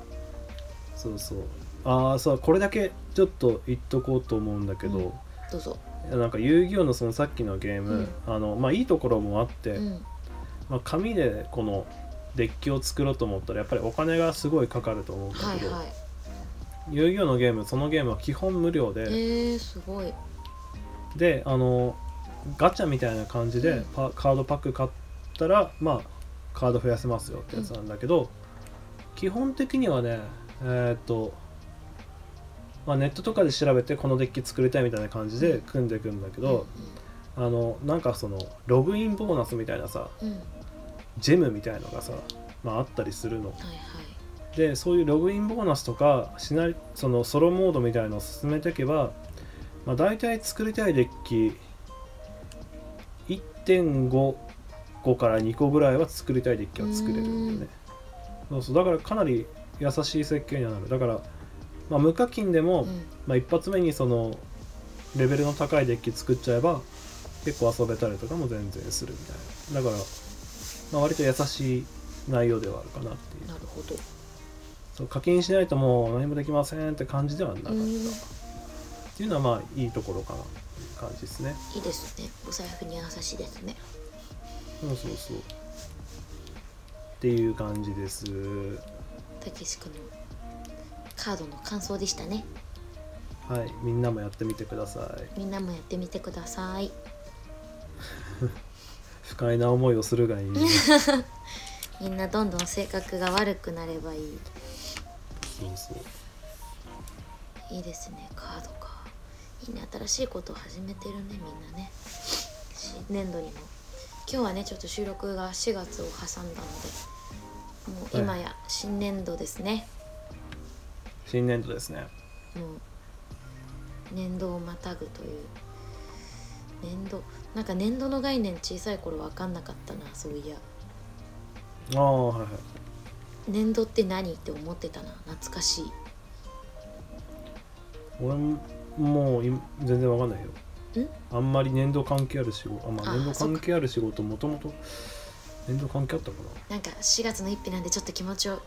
Speaker 1: そうそうああそうこれだけちょっと言っとこうと思うんだけど、
Speaker 2: どうぞ、
Speaker 1: なんか遊戯王のそのさっきのゲーム、あのまあいいところもあって、
Speaker 2: うん、
Speaker 1: まあ、紙でこのデッキを作ろうと思ったらやっぱりお金がすごいかかると思うんだ
Speaker 2: はい
Speaker 1: けど、
Speaker 2: はい
Speaker 1: 遊戯王のゲームそのゲームは基本無料で、
Speaker 2: えー、すごい
Speaker 1: であのガチャみたいな感じ
Speaker 2: う
Speaker 1: で
Speaker 2: ん
Speaker 1: パカードパック買ったらまあカード増やせますよってやつなんだけど、基本的にはねえーっと、まあ、ネットとかで調べてこのデッキ作りたいみたいな感じで組んでいくんだけど、あのなんかそのログインボーナスみたいなさ
Speaker 2: うんうん、
Speaker 1: ジェムみたいのがさ、まあ、あったりするの
Speaker 2: はいはい
Speaker 1: でそういうログインボーナスとかしなそのソロモードみたいのを進めていけば、まあ、大体作りたいデッキ1.55から2個ぐらいは作りたいデッキは作れるんだよねそうそうだからかなり優しい設計にはなるだから、まあ、無課金でも、
Speaker 2: うん
Speaker 1: まあ、一発目にそのレベルの高いデッキ作っちゃえば結構遊べたりとかも全然するみたいなだから、まあ、割と優しい内容ではあるかなっていう
Speaker 2: なるほど
Speaker 1: そう課金しないともう何もできませんって感じではなかった、
Speaker 2: うん
Speaker 1: っ
Speaker 2: い
Speaker 1: ていうのはまあいいところかなっていう感じですね
Speaker 2: いですねお財布に優しいですね
Speaker 1: そうそうそうっていう感じです
Speaker 2: たけし君のカードの感想でしたね
Speaker 1: はいみんなもやってみてください
Speaker 2: みんなもやってみてください
Speaker 1: 不快な思いをするがいい
Speaker 2: みんなどんどん性格が悪くなればいい
Speaker 1: そうそう
Speaker 2: いいですねカードかいいね新しいことを始めてるねみんなね新年度にも今日はねちょっと収録が4月を挟んだのでもう今や新年度ですね、
Speaker 1: 新年度ですね
Speaker 2: もう年度をまたぐという年度なんか年度の概念小さい頃分かんなかったなそういや
Speaker 1: ああはいはい
Speaker 2: 年度って何って思ってたな懐かしい
Speaker 1: 俺ももうい全然わかんないよ
Speaker 2: ん
Speaker 1: あんまり年度関係ある仕事あまあ
Speaker 2: あー
Speaker 1: 年度
Speaker 2: そっか
Speaker 1: 関係ある仕事もともと年度関係あったか
Speaker 2: なんか4月の一日なんでちょっと気持ちを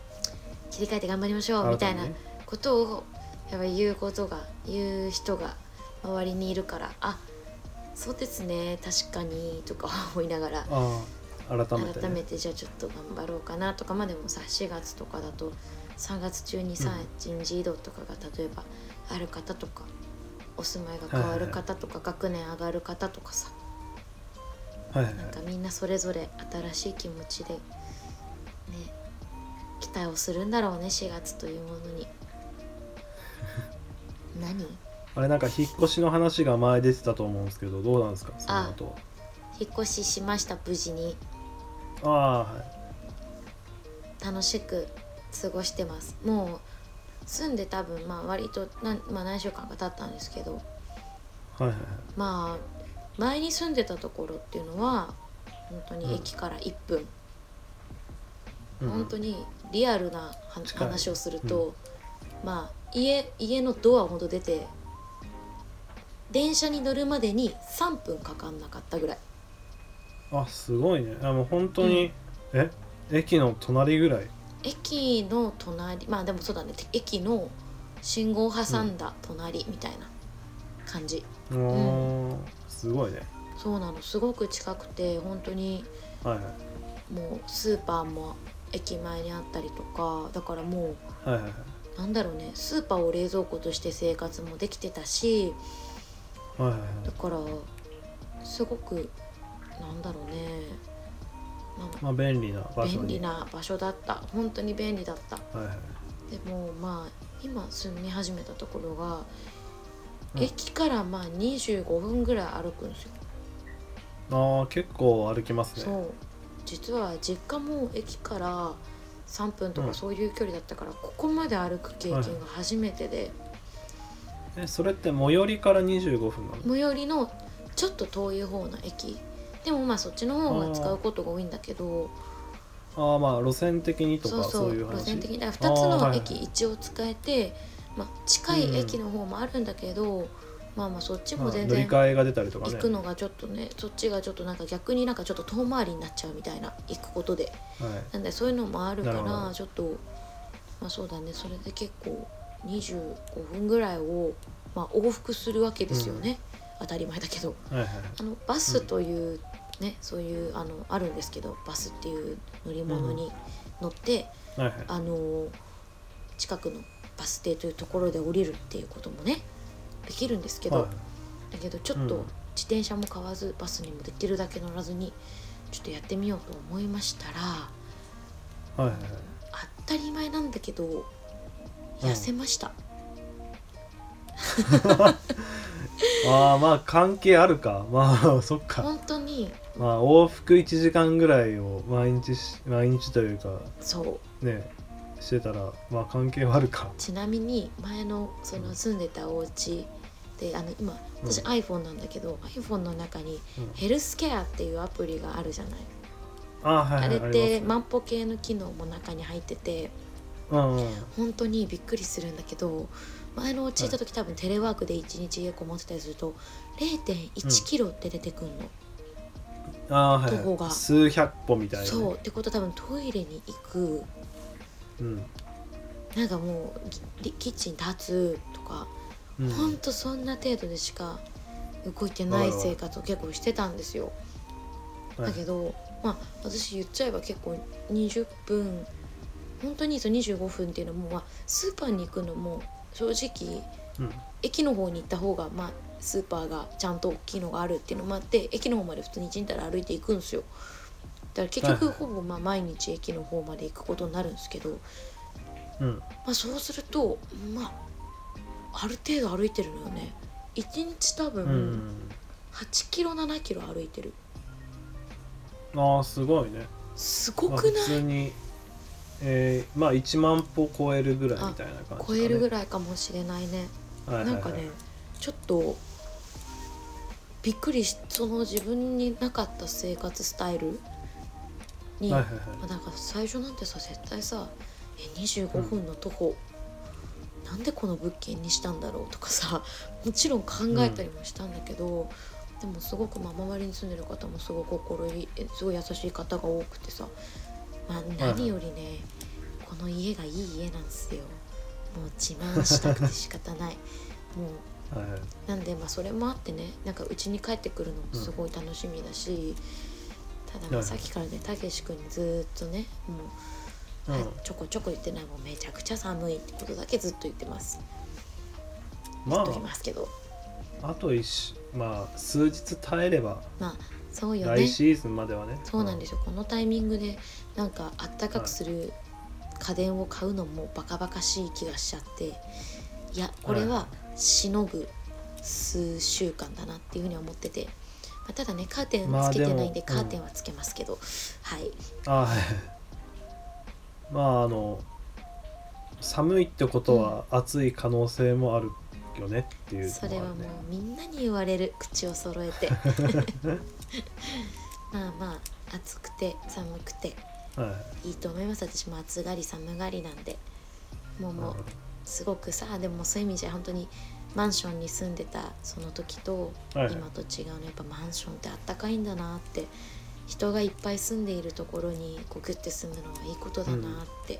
Speaker 2: 切り替えて頑張りましょ
Speaker 1: な
Speaker 2: うみたいな
Speaker 1: 新
Speaker 2: ことをやっぱ言うことが言う人が周りにいるからあそうですね確かにとか思いながら
Speaker 1: たにねああ改めて、ね、
Speaker 2: 改めてじゃあちょっと頑張ろうかなとかまあでもさ4月とかだと3月中にさ、人事異動とかが例えばある方とかお住まいが変わる方とか、学年上がる方とかさ
Speaker 1: はいはいは
Speaker 2: なん
Speaker 1: い
Speaker 2: かみんなそれぞれ新しい気持ちでね期待をするんだろうね4月というものに何
Speaker 1: あれなんか引っ越しの話が前出てたと思うんですけどどうなんですかその後は
Speaker 2: 引っ越ししました無事に
Speaker 1: ああはい
Speaker 2: 楽しく過ごしてますもう住んで多分まあ割となん、まあ、何週間か経ったんですけど
Speaker 1: はいはいはい
Speaker 2: まあ前に住んでたところっていうのは本当に駅から1分、
Speaker 1: うん
Speaker 2: 本当にリアルなは
Speaker 1: 近い
Speaker 2: 話をすると、まあ家家のドアほど出て電車に乗るまでに3分かかんなかったぐらい
Speaker 1: あすごいねあもう本当に、え駅の隣ぐらい
Speaker 2: 駅の隣まあでもそうだね駅の信号を挟んだ隣みたいな感じ、
Speaker 1: おー、すごいね
Speaker 2: そうなのすごく近くて本当に
Speaker 1: はいは
Speaker 2: もうスーパーも駅前にあったりとかだからもう
Speaker 1: いはいはいはい
Speaker 2: なんだろうねスーパーを冷蔵庫として生活もできてたし
Speaker 1: はいはい
Speaker 2: だからすごくなんだろうね
Speaker 1: まあ便利な
Speaker 2: まあ
Speaker 1: 場所
Speaker 2: 便
Speaker 1: に
Speaker 2: 利な場所だった本当に便利だった
Speaker 1: はいはい
Speaker 2: でもまあ今住み始めたところが、
Speaker 1: うん
Speaker 2: 駅からまあ25分ぐらい歩くんですよ、
Speaker 1: あー結構歩きますね
Speaker 2: そう実は実家も駅から3分と
Speaker 1: う
Speaker 2: か
Speaker 1: ん
Speaker 2: そういう距離だったから、ここまで歩く経験が初めてで、
Speaker 1: えそれって最寄りから25分なの
Speaker 2: 最寄りのちょっと遠い方の駅でもまあそっちの方が使うことが多いんだけど
Speaker 1: ああまあ路線的にと
Speaker 2: そう
Speaker 1: か
Speaker 2: そ
Speaker 1: そうういう話
Speaker 2: 路線的に2つ
Speaker 1: あーは
Speaker 2: の
Speaker 1: い
Speaker 2: 駅一応使えて、まあ、近い駅の方もあるんだけど、まあまあそっち
Speaker 1: ま
Speaker 2: も
Speaker 1: あ
Speaker 2: 全
Speaker 1: 乗り
Speaker 2: 然
Speaker 1: 換えが出たりとか
Speaker 2: 行
Speaker 1: ね
Speaker 2: くのがちょっとねそっちがちょっとなんか逆になんかちょっと遠回りになっちゃうみたいな行くことで
Speaker 1: はい
Speaker 2: なんでそういうのもあるか
Speaker 1: なるほ
Speaker 2: ら
Speaker 1: ど
Speaker 2: ちょっとまあそうだねそれで結構25分ぐらいを、まあ、往復するわけですよね、当たり前だけど。
Speaker 1: はいはいはい
Speaker 2: あのバスという、ねそういうあのあるんですけどバスっていう乗り物に乗って、
Speaker 1: はいはい
Speaker 2: あの近くのバス停というところで降りるっていうこともねできるんですけど、
Speaker 1: はい
Speaker 2: だけどちょっと
Speaker 1: うん
Speaker 2: 自転車も買わずバスにもできるだけ乗らずにちょっとやってみようと思いましたら
Speaker 1: はいはいはい
Speaker 2: 当たり前なんだけど
Speaker 1: うん
Speaker 2: 痩せました、
Speaker 1: ああまあ関係あるかまあそっか
Speaker 2: 本当に
Speaker 1: まあ往復1時間ぐらいを毎日し毎日というか
Speaker 2: そう
Speaker 1: ねしてたらまあ関係はあるか
Speaker 2: ちなみに前のそうの
Speaker 1: ん
Speaker 2: 住んでたお家であの今私
Speaker 1: うん
Speaker 2: iPhone なんだけど、iPhone の中に
Speaker 1: うん
Speaker 2: ヘルスケアっていうアプリがあるじゃない、
Speaker 1: ああはいはい
Speaker 2: あれって万歩計の機能も中に入ってて
Speaker 1: うんうん
Speaker 2: 本当にびっくりするんだけど前のお家行った時、多分テレワークで1日家こもってたりすると
Speaker 1: う
Speaker 2: 0.1キロって出てくんの、
Speaker 1: ああーはい
Speaker 2: 徒歩
Speaker 1: は
Speaker 2: が
Speaker 1: い数百歩みたいなね
Speaker 2: そうってことは多分トイレに行く
Speaker 1: うん
Speaker 2: なんかもうキキッチン立つとか
Speaker 1: うん
Speaker 2: ほんとそんな程度でしか動いてない生活を結構してたんですよ、
Speaker 1: は
Speaker 2: だけどまあ私言っちゃえば結構20分本当にその25分っていうのも、まあ、スーパーに行くのも正直
Speaker 1: うん
Speaker 2: 駅の方に行った方がまあスーパーがちゃんと大きいのがあるっていうのもあって駅の方まで普通に1日たら歩いていくんですよだから結局
Speaker 1: はい
Speaker 2: ほぼまあ毎日駅の方まで行くことになるんですけど、
Speaker 1: うん
Speaker 2: まあ、そうするとまあある程度歩いてるのよね1日多
Speaker 1: う
Speaker 2: 分
Speaker 1: ん
Speaker 2: 8キロ7キロ歩いてる
Speaker 1: ああすごいね
Speaker 2: すご
Speaker 1: まあ
Speaker 2: く
Speaker 1: 普
Speaker 2: ない
Speaker 1: 通にえーまあ1万歩超えるぐらいみたいな感じだね
Speaker 2: 超えるぐらいかもしれないね、
Speaker 1: はいはい
Speaker 2: な
Speaker 1: は
Speaker 2: ん
Speaker 1: い
Speaker 2: かねちょっとびっくりしその自分になかった生活スタイルに、
Speaker 1: はいはいはい
Speaker 2: まあなんか最初なんてさ絶対さえ25分の徒歩、なんでこの物件にしたんだろうとかさ もちろん考えたりもしたんだけど、でもすごくまあ周りに住んでる方もすごく心いいえすごい優しい方が多くてさ、まあ、
Speaker 1: はい
Speaker 2: 何よりね、この家がいい家なんですよもう自慢したくて仕方ないもう
Speaker 1: はいはい
Speaker 2: なんでまあそれもあってねなんかうちに帰ってくるのもすごい楽しみだし、ただ
Speaker 1: は
Speaker 2: まあ
Speaker 1: い
Speaker 2: さっきからねたけし君にずーっとねも
Speaker 1: う
Speaker 2: う、
Speaker 1: ん
Speaker 2: はちょこちょこ言ってないもうめちゃくちゃ寒いってことだけずっと言ってます
Speaker 1: ま
Speaker 2: 言っときますけど
Speaker 1: ああと一週まあ数日耐えれば
Speaker 2: まあそうよね
Speaker 1: 来シーズンまではね
Speaker 2: そうなんですすよこのタイミングでなんかあったかくする家電を買うのもバカバカしい気がしちゃっていやこれはしのぐ数週間だなっていうふうには思ってて、まあ、ただねカーテン
Speaker 1: まあ
Speaker 2: つけてないんで
Speaker 1: でも
Speaker 2: カーテンはつけますけど、はい
Speaker 1: あはい まああの寒いってことは暑い可能性もあるよねっていう
Speaker 2: それはもう
Speaker 1: のがあるね
Speaker 2: みんなに言われる口を揃えてまあまあ暑くて寒くて
Speaker 1: はい
Speaker 2: いと思います私も暑がり寒がりなんでもう
Speaker 1: い
Speaker 2: もうすごくさでもそういう意味じゃ本当にマンションに住んでたその時と
Speaker 1: はいはい
Speaker 2: 今と違うのはやっぱマンションってあったかいんだなって人がいっぱい住んでいるところにこうグッて住むのはいいことだなって、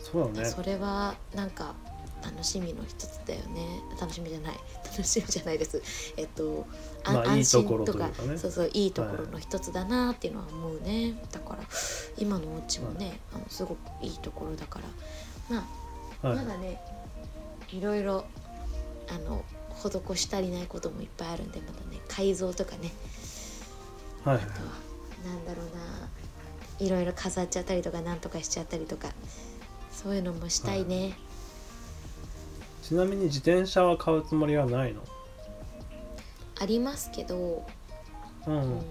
Speaker 1: そうだね
Speaker 2: それはなんか楽しみの一つだよね楽しみじゃない 楽しみじゃないですえっと、あ
Speaker 1: まあ
Speaker 2: 安心
Speaker 1: いいところ
Speaker 2: と
Speaker 1: というか
Speaker 2: か
Speaker 1: ね
Speaker 2: そうそういいところの一つだなっていうのは思うね、だから今のお家もね、あのすごくいいところだからまあ
Speaker 1: はい
Speaker 2: まだねいろいろあの施したりないこともいっぱいあるんでまだね改造とかね
Speaker 1: はいはい
Speaker 2: あとはなんだろうないろいろ飾っちゃったりとかなんとかしちゃったりとかそういうのもしたいね、
Speaker 1: ちなみに自転車は買うつもりはないの
Speaker 2: ありますけど
Speaker 1: うん
Speaker 2: うーん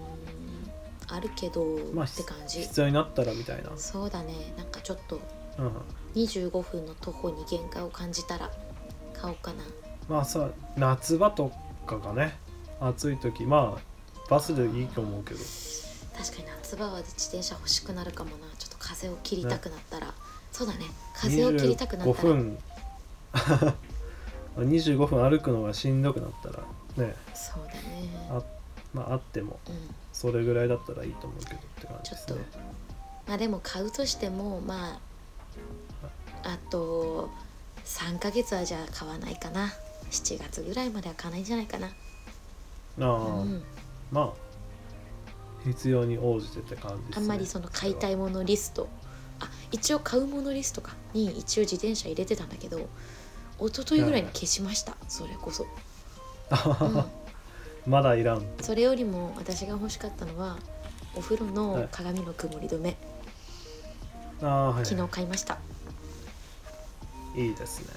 Speaker 2: あるけど、
Speaker 1: まあ
Speaker 2: って感じ
Speaker 1: 必要になったらみたいな
Speaker 2: そうだねなんかちょっと
Speaker 1: うん
Speaker 2: 25分の徒歩に限界を感じたら買おうかな
Speaker 1: まあさ夏場とかがね暑い時まあバスでいいと思うけど
Speaker 2: 確かに夏場は自転車欲しくなるかもなちょっと風を切りたくなったら、そうだね風を切りたくなった
Speaker 1: 25
Speaker 2: ら
Speaker 1: 分 25分歩くのがしんどくなったらね
Speaker 2: そうだね
Speaker 1: あまああっても
Speaker 2: うん
Speaker 1: それぐらいだったらいいと思うけどって感じ
Speaker 2: ちょ
Speaker 1: で
Speaker 2: っ
Speaker 1: す
Speaker 2: と
Speaker 1: ね
Speaker 2: まあでも買うとしてもまああと3ヶ月はじゃあ買わないかな7月ぐらいまでは買わないんじゃないかな
Speaker 1: あ
Speaker 2: う
Speaker 1: あ、
Speaker 2: ん
Speaker 1: まあ必要に応じてって感じです、
Speaker 2: あ
Speaker 1: ね、
Speaker 2: んまりその買いたいものリストあ一応買うものリストかに一応自転車入れてたんだけど一昨日ぐらいに消しましたそれこそ、うん
Speaker 1: まだいらん
Speaker 2: それよりも私が欲しかったのはお風呂
Speaker 1: は
Speaker 2: の
Speaker 1: い
Speaker 2: 鏡の曇り止め、
Speaker 1: ああはい
Speaker 2: 昨日買いました
Speaker 1: いいですね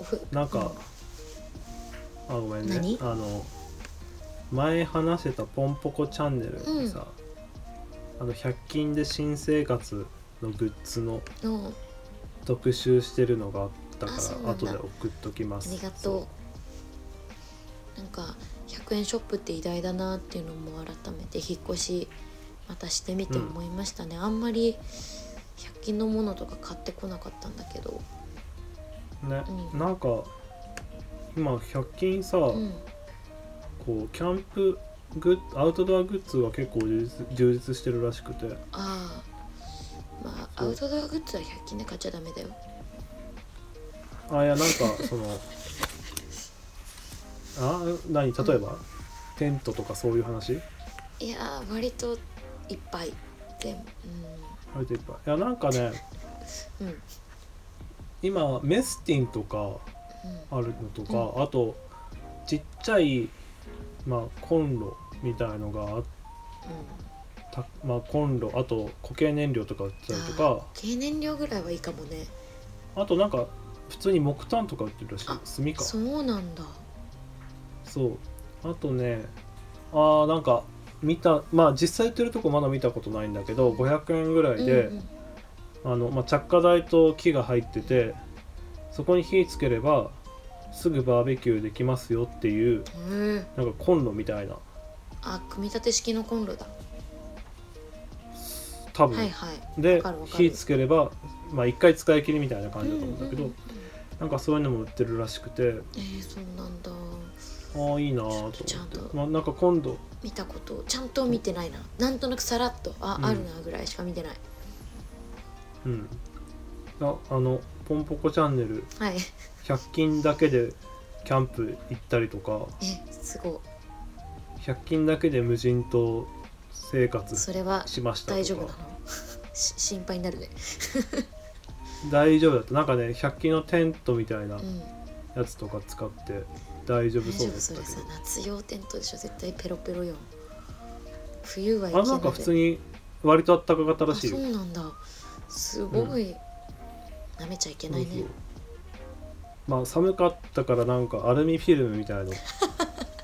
Speaker 2: おふ
Speaker 1: なんかあごめんね
Speaker 2: 何
Speaker 1: あの前話してた「ポンポコチャンネル」でさ、あの100均で新生活のグッズの
Speaker 2: うんうん
Speaker 1: 特集してるのがあったか
Speaker 2: あそうなん
Speaker 1: ら後
Speaker 2: だ
Speaker 1: で送っときます
Speaker 2: ありが
Speaker 1: そう
Speaker 2: とうなんか100円ショップって偉大だなっていうのも改めて引っ越しまたしてみて思いましたね、あんまり100均のものとか買ってこなかったんだけど
Speaker 1: ね、
Speaker 2: うん
Speaker 1: なんか今100均さ、
Speaker 2: うん
Speaker 1: こうキャンプグッアウトドアグッズは結構充実充実してるらしくて
Speaker 2: ああまあ
Speaker 1: そ
Speaker 2: ア
Speaker 1: う
Speaker 2: ウトドアグッズは100均で買っちゃダメだよ
Speaker 1: あいやなんかそ のあ何例えば、テントとかそういう話
Speaker 2: いやー割といっぱい全部
Speaker 1: あれといっぱいいやなんかね
Speaker 2: うんうん
Speaker 1: 今メスティンとか
Speaker 2: う
Speaker 1: あるのとか、あとちっちゃい、まあ、コンロみたいのがあって
Speaker 2: んうん
Speaker 1: たまあ、コンロあと固形燃料とか売ってたりとか
Speaker 2: 経年量ぐらいはいいかもね
Speaker 1: あとなんか普通に木炭とか売ってるらしい炭
Speaker 2: あ
Speaker 1: かそ
Speaker 2: そうなんだ
Speaker 1: うあとねあーなんか見たまあ実際売ってるとこまだ見たことないんだけど500円ぐらいで、
Speaker 2: うんうん
Speaker 1: あのまあ、着火台と木が入っててそこに火つければすぐバーベキューできますよっていう
Speaker 2: へえ
Speaker 1: なんかコンロみたいな
Speaker 2: あ組み立て式のコンロだ
Speaker 1: 多分、
Speaker 2: はいはいわ
Speaker 1: で
Speaker 2: かるわかる
Speaker 1: 火つければ、まあ、1回使い切りみたいな感じだと思うんだけど、
Speaker 2: うんうんうん
Speaker 1: なんかそういうのも売ってるらしくて
Speaker 2: えー、そうなんだ
Speaker 1: ああいいなーと思っ
Speaker 2: ちょっとちゃん
Speaker 1: て
Speaker 2: と
Speaker 1: まあ、なんか今度
Speaker 2: 見たことちゃんと見てないななんとなくさらっとあ、
Speaker 1: うん
Speaker 2: あるなぐらいしか見てない
Speaker 1: うんああの「ポンポコチャンネル
Speaker 2: はい」
Speaker 1: 100均だけでキャンプ行ったりとか
Speaker 2: えすご
Speaker 1: 100均だけで無人島生
Speaker 2: い
Speaker 1: 活
Speaker 2: それは
Speaker 1: しました
Speaker 2: 大丈
Speaker 1: と
Speaker 2: 夫なの
Speaker 1: か
Speaker 2: し心配になるね
Speaker 1: 大丈夫だったなんかね100均のテントみたいな
Speaker 2: うん
Speaker 1: やつとか使って大丈夫
Speaker 2: 大
Speaker 1: そ
Speaker 2: 丈
Speaker 1: うだ
Speaker 2: 夫
Speaker 1: っ
Speaker 2: それ
Speaker 1: たけ
Speaker 2: さ
Speaker 1: ど
Speaker 2: 夏用テントでしょ絶対ペロペロよ冬はい
Speaker 1: あなんか普通
Speaker 2: に
Speaker 1: に割とあったかかったらしい
Speaker 2: そ
Speaker 1: よ
Speaker 2: うなんだすごい、舐めちゃいけないね
Speaker 1: そうそうまあ寒かったからなんかアルミフィルムみたいの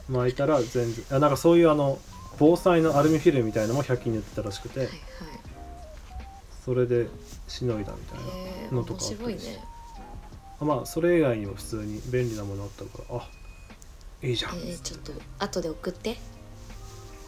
Speaker 1: 巻いたら全然 あなんかそういうあの防災のアルミフィルムみたいなのも100均で売ってたらしくて、
Speaker 2: はいはい
Speaker 1: それでしのいだみたいな、
Speaker 2: えー、
Speaker 1: のと
Speaker 2: 面
Speaker 1: かあったり
Speaker 2: 白いね
Speaker 1: あまあそれ以外にも普通に便利なものあったからあいいじ
Speaker 2: え
Speaker 1: ゃん、
Speaker 2: ー、ちょっと後で送って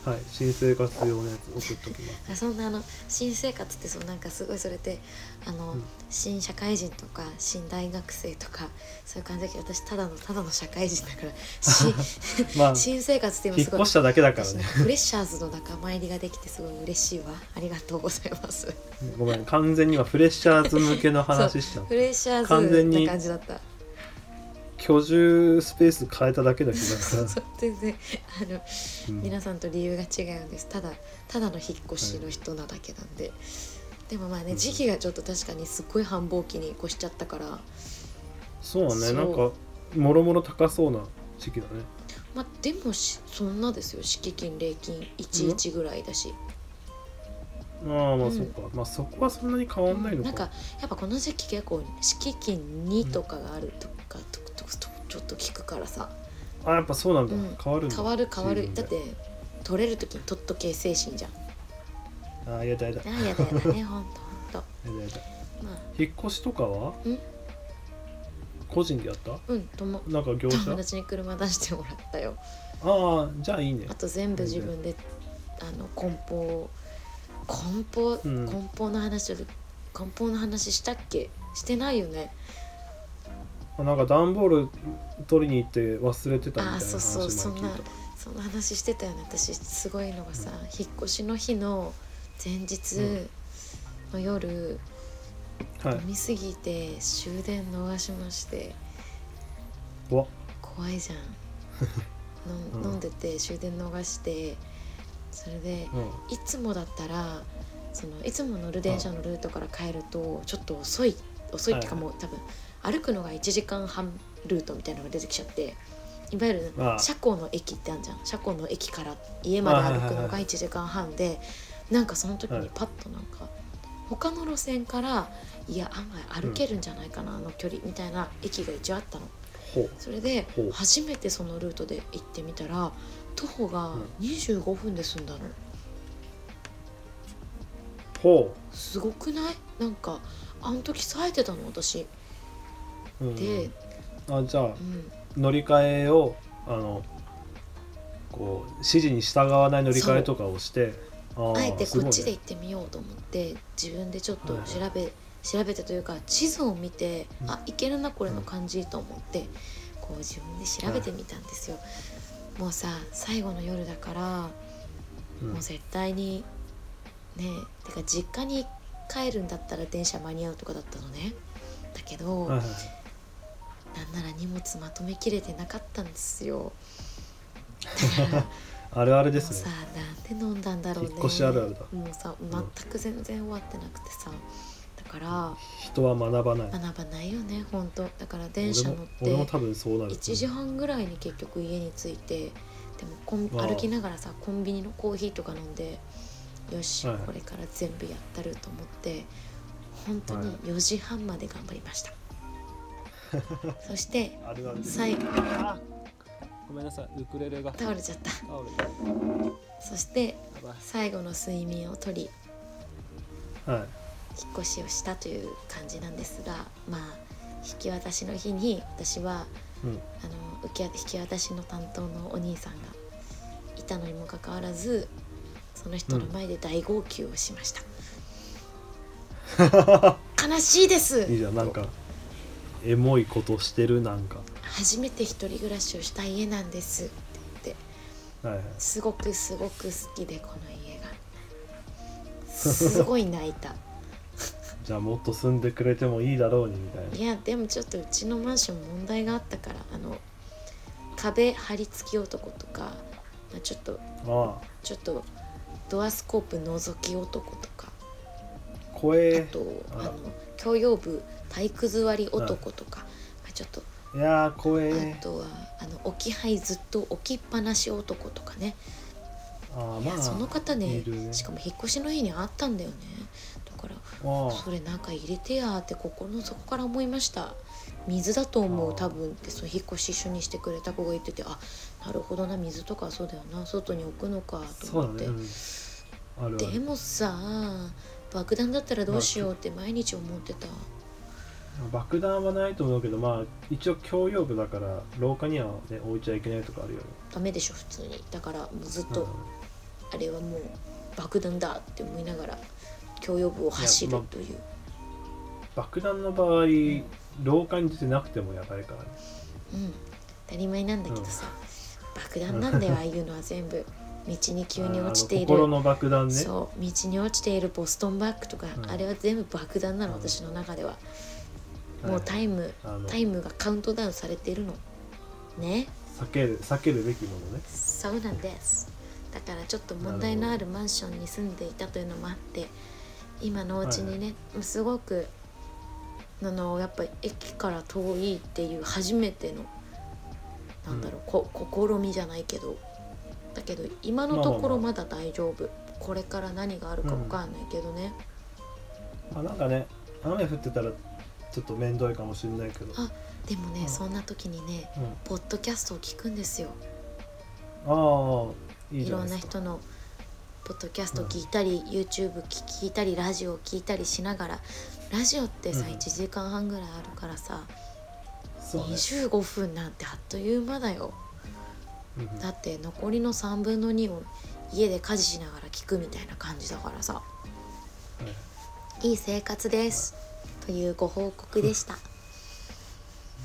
Speaker 1: はい新生活用のやつ送っときます
Speaker 2: あそんなあの新生活ってそうなんかすごいそれであの、
Speaker 1: うん
Speaker 2: 新社会人とか新大学生とかそういう感じだけど私ただのただの社会人 だからし
Speaker 1: まあ
Speaker 2: 新生活って今
Speaker 1: 引っ
Speaker 2: すごい
Speaker 1: 越しただけだから
Speaker 2: 私
Speaker 1: ね
Speaker 2: なんか フレッシャーズの仲間入りができてすごい嬉しいわありがとうござい ます
Speaker 1: ごめん完全にはフレッシャーズ向けの話しちゃう
Speaker 2: フレッシャー
Speaker 1: 完全
Speaker 2: ズ
Speaker 1: に
Speaker 2: な感じだった
Speaker 1: 居住スペース変えただけだけど
Speaker 2: そう
Speaker 1: さ
Speaker 2: そう全然あの、
Speaker 1: うん
Speaker 2: 皆さんと理由が違うんですただただの引っ越しの人なだけなんで、でもまあね時期がちょっと確かにすっごい繁忙期に越しちゃったから
Speaker 1: そうね
Speaker 2: そう
Speaker 1: なんかもろもろ高そうな時期だね
Speaker 2: まあでもしそんなですよ敷金礼金11ぐらいだし、
Speaker 1: ああま
Speaker 2: う
Speaker 1: あ
Speaker 2: ん
Speaker 1: そっか、まあそこはそんなに変わんないのか,、
Speaker 2: なんかやっぱこの時期結構敷金2とかがあるとか、とととちょっと聞くからさ
Speaker 1: あやっぱそうなんだ、
Speaker 2: うん
Speaker 1: 変わるんだ
Speaker 2: 変わる変わる
Speaker 1: 自
Speaker 2: だ
Speaker 1: 分
Speaker 2: っ
Speaker 1: で
Speaker 2: て取れる時に取っとけ精神じゃん
Speaker 1: ああやだやだや
Speaker 2: あやだやだねほんとほん
Speaker 1: だやだ
Speaker 2: とまあ
Speaker 1: 引っ越しとかは
Speaker 2: ん
Speaker 1: 個人でやった
Speaker 2: うん友
Speaker 1: なんか業者
Speaker 2: 友達に車出してもらったよ
Speaker 1: ああじゃあいいね
Speaker 2: あと全部自分で、あの梱包梱包、
Speaker 1: うん
Speaker 2: 梱包の話を梱包の話したっけしてないよね
Speaker 1: あなんか段ボール取りに行って忘れてたみたいな
Speaker 2: あー
Speaker 1: 話
Speaker 2: そうそうそ
Speaker 1: 前
Speaker 2: ん
Speaker 1: 聞
Speaker 2: ない
Speaker 1: た
Speaker 2: その話してたよね私すごいのがさ、引っ越しの日の前日
Speaker 1: うん
Speaker 2: の夜、
Speaker 1: はい
Speaker 2: 飲みすぎて終電逃しまして
Speaker 1: うわ
Speaker 2: 怖いじ ゃん飲ん
Speaker 1: うん
Speaker 2: 飲んでて終電逃してそれで
Speaker 1: うん
Speaker 2: いつもだったらそのいつも乗る電車のルートから帰るとちょっと遅い遅いっていうか
Speaker 1: はい
Speaker 2: もう多分歩くのが1時間半ルートみたいなのが出てきちゃっていわゆる
Speaker 1: ああ
Speaker 2: 車庫の駅ってあるじゃん車庫の駅から家まで歩くのが1時間半でなんかその時
Speaker 1: は
Speaker 2: に
Speaker 1: い
Speaker 2: パッとなんか、他の路線からいや案外歩けるんじゃないかな、あの距離みたいな駅が一応あったの
Speaker 1: ほう
Speaker 2: それで
Speaker 1: ほう
Speaker 2: 初めてそのルートで行ってみたら徒歩が
Speaker 1: うん
Speaker 2: 25分で済んだの、
Speaker 1: ほ
Speaker 2: すごくないなんかあの時冴えてたの私
Speaker 1: う、うん、
Speaker 2: で
Speaker 1: あじゃあ
Speaker 2: うん
Speaker 1: 乗り換えをあのこう指示に従わない乗り換えとかをしてあー
Speaker 2: あえてこっち
Speaker 1: すご
Speaker 2: で
Speaker 1: いね
Speaker 2: 行ってみようと思って自分でちょっと
Speaker 1: はいはい
Speaker 2: 調べ調べてというか地図を見て
Speaker 1: うん
Speaker 2: あいけるなこれの感じと思ってこう自分で調べてみたんですよ。もうさ最後の夜だから
Speaker 1: うん
Speaker 2: もう絶対にねえてか実家に帰るんだったら電車間に合うとかだったのね。だけ
Speaker 1: は
Speaker 2: ど
Speaker 1: い
Speaker 2: なん
Speaker 1: はい
Speaker 2: なら荷物まとめきれてなかったんですよ。
Speaker 1: あるあるで
Speaker 2: もう
Speaker 1: す
Speaker 2: さ
Speaker 1: ね
Speaker 2: なんで飲んだんだろうね
Speaker 1: 引っ越しあるあるだ
Speaker 2: もうさ全く全然終わってなくてさだから
Speaker 1: 人は学ばない
Speaker 2: 学ばないよね本当だから電
Speaker 1: 俺
Speaker 2: 車
Speaker 1: も
Speaker 2: 乗っ
Speaker 1: 俺も
Speaker 2: て
Speaker 1: 多分そうなる
Speaker 2: 1時半ぐらいに結局家に着いてでもコン
Speaker 1: わあ
Speaker 2: 歩きながらさコンビニのコーヒーとか飲んでよし、
Speaker 1: はいはい
Speaker 2: これから全部やったると思って本当
Speaker 1: は
Speaker 2: に4時半まで頑張り ました、そして
Speaker 1: あるあるです
Speaker 2: 最後
Speaker 1: あごめんなさいウクレレが
Speaker 2: 倒れちゃった
Speaker 1: 倒れたや
Speaker 2: そして
Speaker 1: ばい
Speaker 2: 最後の睡眠をとり
Speaker 1: はい
Speaker 2: 引っ越しをしたという感じなんですがまあ引き渡しの日に私は
Speaker 1: うん
Speaker 2: あの受け引き渡しの担当のお兄さんがいたのにもかかわらずその人の前で大号泣をし ました、悲しいです
Speaker 1: いいじゃんなんかエモいことしてるなんか
Speaker 2: 初めて一人暮らしをした家なんですって言って
Speaker 1: はいはい
Speaker 2: すごくすごく好きでこの家がすごい泣いた
Speaker 1: じゃあもっと住んでくれてもいいだろうにみたいない
Speaker 2: やでもちょっとうちのマンション問題があったからあの壁張り付き男とか、まあ、ちょっと
Speaker 1: あ
Speaker 2: ちょっとドアスコープ覗き男とか
Speaker 1: あ
Speaker 2: あ
Speaker 1: 声
Speaker 2: と
Speaker 1: あ
Speaker 2: あ
Speaker 1: ら
Speaker 2: の教養部体育座り男とか、まあ、ちょっと
Speaker 1: いやー怖
Speaker 2: あ
Speaker 1: え
Speaker 2: とはあの置き配ずっと置きっぱなし男とかね
Speaker 1: ああ
Speaker 2: い
Speaker 1: ま
Speaker 2: や
Speaker 1: あ
Speaker 2: その方ね
Speaker 1: いるね
Speaker 2: しかも引っ越しの日にあったんだよねだから
Speaker 1: ああ
Speaker 2: それなんか入れてやーって心の底から思いました水だと思
Speaker 1: あ
Speaker 2: う
Speaker 1: ー
Speaker 2: 多分ってその引っ越し一緒にしてくれた子が言っててあなるほどな水とかそうだよな外に置くのかと
Speaker 1: そうだ
Speaker 2: 思っ
Speaker 1: ね、
Speaker 2: て、
Speaker 1: うん、あるあ
Speaker 2: で
Speaker 1: る
Speaker 2: もさ爆弾だったらどうしようって毎日思ってた、
Speaker 1: 爆弾はないと思うけどまあ一応共用部だから廊下にはね置いちゃいけないとかあるよね
Speaker 2: ダメでしょ普通にだからもうずっ
Speaker 1: うん
Speaker 2: とあれはもう爆弾だって思いながら共用部を走
Speaker 1: いや
Speaker 2: る
Speaker 1: まあ
Speaker 2: という、
Speaker 1: 爆弾の場合廊下に出てなくてもやばいからね
Speaker 2: うん当たり前なんだけどさ、爆弾なんだよああいうのは全部道に急に落ちて
Speaker 1: あ
Speaker 2: いる
Speaker 1: の心の爆弾ね
Speaker 2: そう道に落ちているボストンバッグとか、
Speaker 1: うん
Speaker 2: あれは全部爆弾なの
Speaker 1: うん
Speaker 2: 私の中では、
Speaker 1: はい
Speaker 2: もうタイム、
Speaker 1: あの
Speaker 2: タイムがカウントダウンされているのね
Speaker 1: 避ける避けるべきものね
Speaker 2: そうなんですだからちょっと問題のあるマンションに住んでいたというのもあって今のお家にね、すごくあのやっぱり駅から遠いっていう初めてのなんだろう、こ試みじゃないけどだけど今のところ
Speaker 1: ま
Speaker 2: まだ大丈夫、これから何があるかわかんないけどね、
Speaker 1: まあなんかね雨降ってたらちょっと面倒いかもしれないけど、
Speaker 2: でもね、
Speaker 1: うん
Speaker 2: そんな時にね
Speaker 1: うん、
Speaker 2: ポッドキャストを聞くんですよ
Speaker 1: ああいい
Speaker 2: い
Speaker 1: じゃな
Speaker 2: ろ
Speaker 1: いで
Speaker 2: んな
Speaker 1: すか
Speaker 2: 人のポッドキャスト聞いたり、YouTube 聞いたりラジオ聞いたりしながらラジオってさ、
Speaker 1: うん
Speaker 2: 1時間半ぐらいあるからさ、
Speaker 1: そうね、
Speaker 2: 25分なんてあっという間だよ
Speaker 1: うん
Speaker 2: だって残りの3分の2を家で家事しながら聞くみたいな感じだからさ
Speaker 1: はい
Speaker 2: いい生活です、というご報告でした、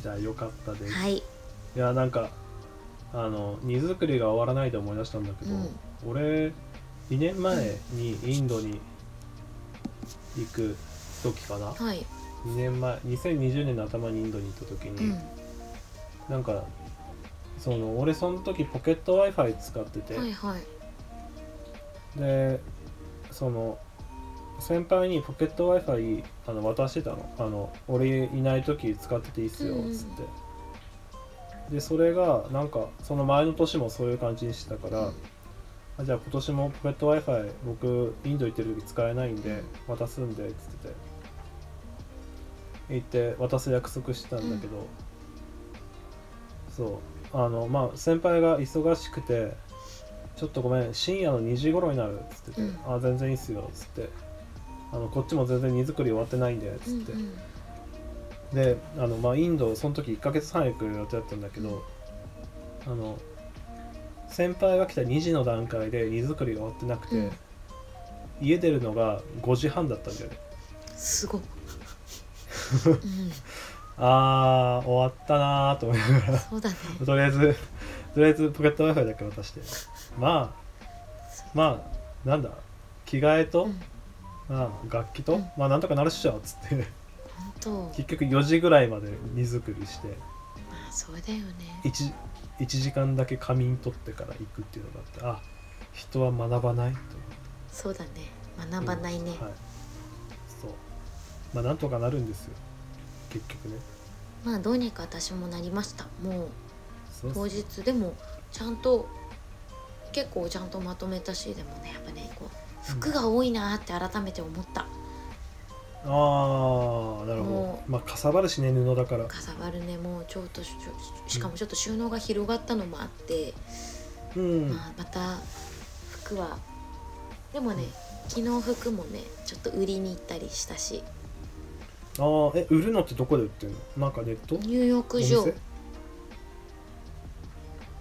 Speaker 1: じゃあよかったです、、
Speaker 2: はいい
Speaker 1: やなんかあの荷造りが終わらないで思い出したんだけど、
Speaker 2: うん
Speaker 1: 俺2年前にインドに行く時かな、
Speaker 2: はい
Speaker 1: 2年前2020年の頭にインドに行った時
Speaker 2: うん
Speaker 1: に、なんかその俺その時ポケット w i f i 使ってて、
Speaker 2: はいはい
Speaker 1: でその先輩にポケット w i f i あの渡してたのあの俺いない時使ってていいっすよ
Speaker 2: うんうん
Speaker 1: っつって、でそれがなんかその前の年もそういう感じにしてたから、あじゃあ今年もポケット Wi-Fi 僕インド行ってる時使えないんで渡すんでっつってて行って渡す約束してたんだけど、そうあのまあ先輩が忙しくてちょっとごめん深夜の2時頃になるっつってて、
Speaker 2: うん
Speaker 1: あ全然いいっすよっつってあのこっちも全然荷造り終わってないんでっつって、
Speaker 2: うん
Speaker 1: であの、まあ、インドその時1ヶ月半行く予定だったんだけどあの先輩が来た2時の段階で荷造りが終わってなくて、
Speaker 2: うん
Speaker 1: 家出るのが5時半だったんだよね
Speaker 2: す ごっうん
Speaker 1: あー終わったなーと思いながら
Speaker 2: そうだね
Speaker 1: とりあえずとりあえずポケット Wi-Fi だけ渡してまあまあなんだ着替えと、
Speaker 2: うん
Speaker 1: まあ、楽器と、
Speaker 2: うん
Speaker 1: まあなんとかなるっしょっつって
Speaker 2: 本当
Speaker 1: 結局4時ぐらいまで荷造りして
Speaker 2: まあそうだよね
Speaker 1: 1, 一時間だけ仮眠取ってから行くっていうのがあってあ人は学ばないと
Speaker 2: そうだね学ばないね、
Speaker 1: はい、そうまあなんとかなるんですよ結局ね
Speaker 2: まあどうにか私もなりましたもう
Speaker 1: そう
Speaker 2: 当日でもちゃんと結構ちゃんとまとめたしでもねやっぱねこう服が多いなーって改めて思った、
Speaker 1: ああなるほ
Speaker 2: も
Speaker 1: どまあかさばるしね布だから
Speaker 2: かさばるねもうちょっとしししかもちょっと収納が広がったのもあって、
Speaker 1: うん
Speaker 2: まあ、また服はでもね昨日服もねちょっと売りに行ったりしたし
Speaker 1: あーえ売るのってどこで売ってるのなんかネット
Speaker 2: 入浴
Speaker 1: お
Speaker 2: 場
Speaker 1: 店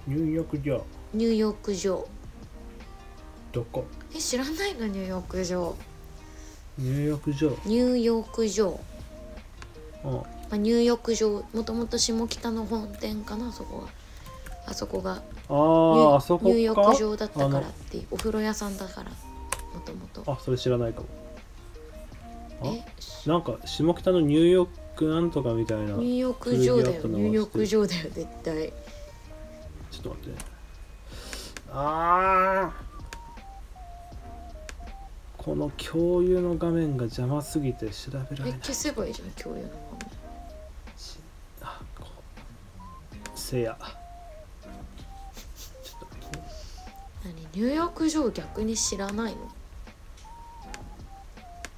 Speaker 1: 入浴場
Speaker 2: 入浴場
Speaker 1: どこ
Speaker 2: え知らないの入浴場
Speaker 1: 入浴場
Speaker 2: 入浴場、
Speaker 1: うん
Speaker 2: まあ、入浴場もともと下北の本店かなそこはあそこが
Speaker 1: あーあそこか
Speaker 2: 入浴場だった
Speaker 1: あ
Speaker 2: か
Speaker 1: の
Speaker 2: らっていうお風呂屋さんだからもともと
Speaker 1: あそれ知らないかもあ
Speaker 2: え
Speaker 1: なんか下北のニューヨークなんとかみたいなちょ
Speaker 2: 入浴場
Speaker 1: 古
Speaker 2: だ
Speaker 1: 着屋と
Speaker 2: よ
Speaker 1: か
Speaker 2: 入浴場だよ絶対
Speaker 1: っと待ってねああこの共有の画面が邪魔すぎて調べら
Speaker 2: え
Speaker 1: れない
Speaker 2: 消せばいいじゃん共有のまま
Speaker 1: しあこうせやちょっと待ってね
Speaker 2: 何入浴場逆に知らないの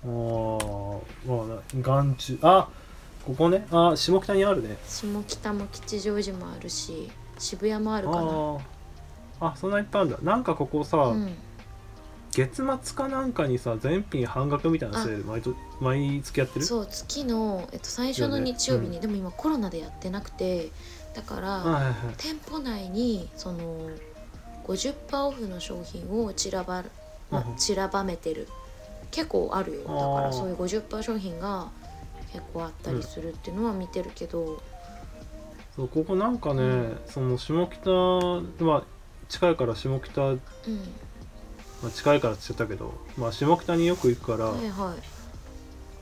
Speaker 1: あーまあな眼中あここねあー下北にあるね
Speaker 2: 下北も吉祥寺もあるし渋谷もあ
Speaker 1: あ
Speaker 2: るかな
Speaker 1: ーあそんないっぱいあるんだなんかここさ、
Speaker 2: うん
Speaker 1: 月末かなんかにさ全品半額みたいなセール毎と毎月やってる
Speaker 2: そう月の、えっと、最初の日曜日に、でも今コロナでやってなくてだから、
Speaker 1: はいはいはい
Speaker 2: 店舗内にその50%オフの商品を散らば,、ま
Speaker 1: うん、
Speaker 2: 散らばめてる結構あるよだか
Speaker 1: あー
Speaker 2: らそういう50%商品が結構あったりするっていうのは見てるけど、
Speaker 1: そうここなんかね、
Speaker 2: うん
Speaker 1: その下北まあ近いから下北、ま
Speaker 2: うん
Speaker 1: あ、近いからって言っちゃったけど、まあ、下北によく行くから、
Speaker 2: はいは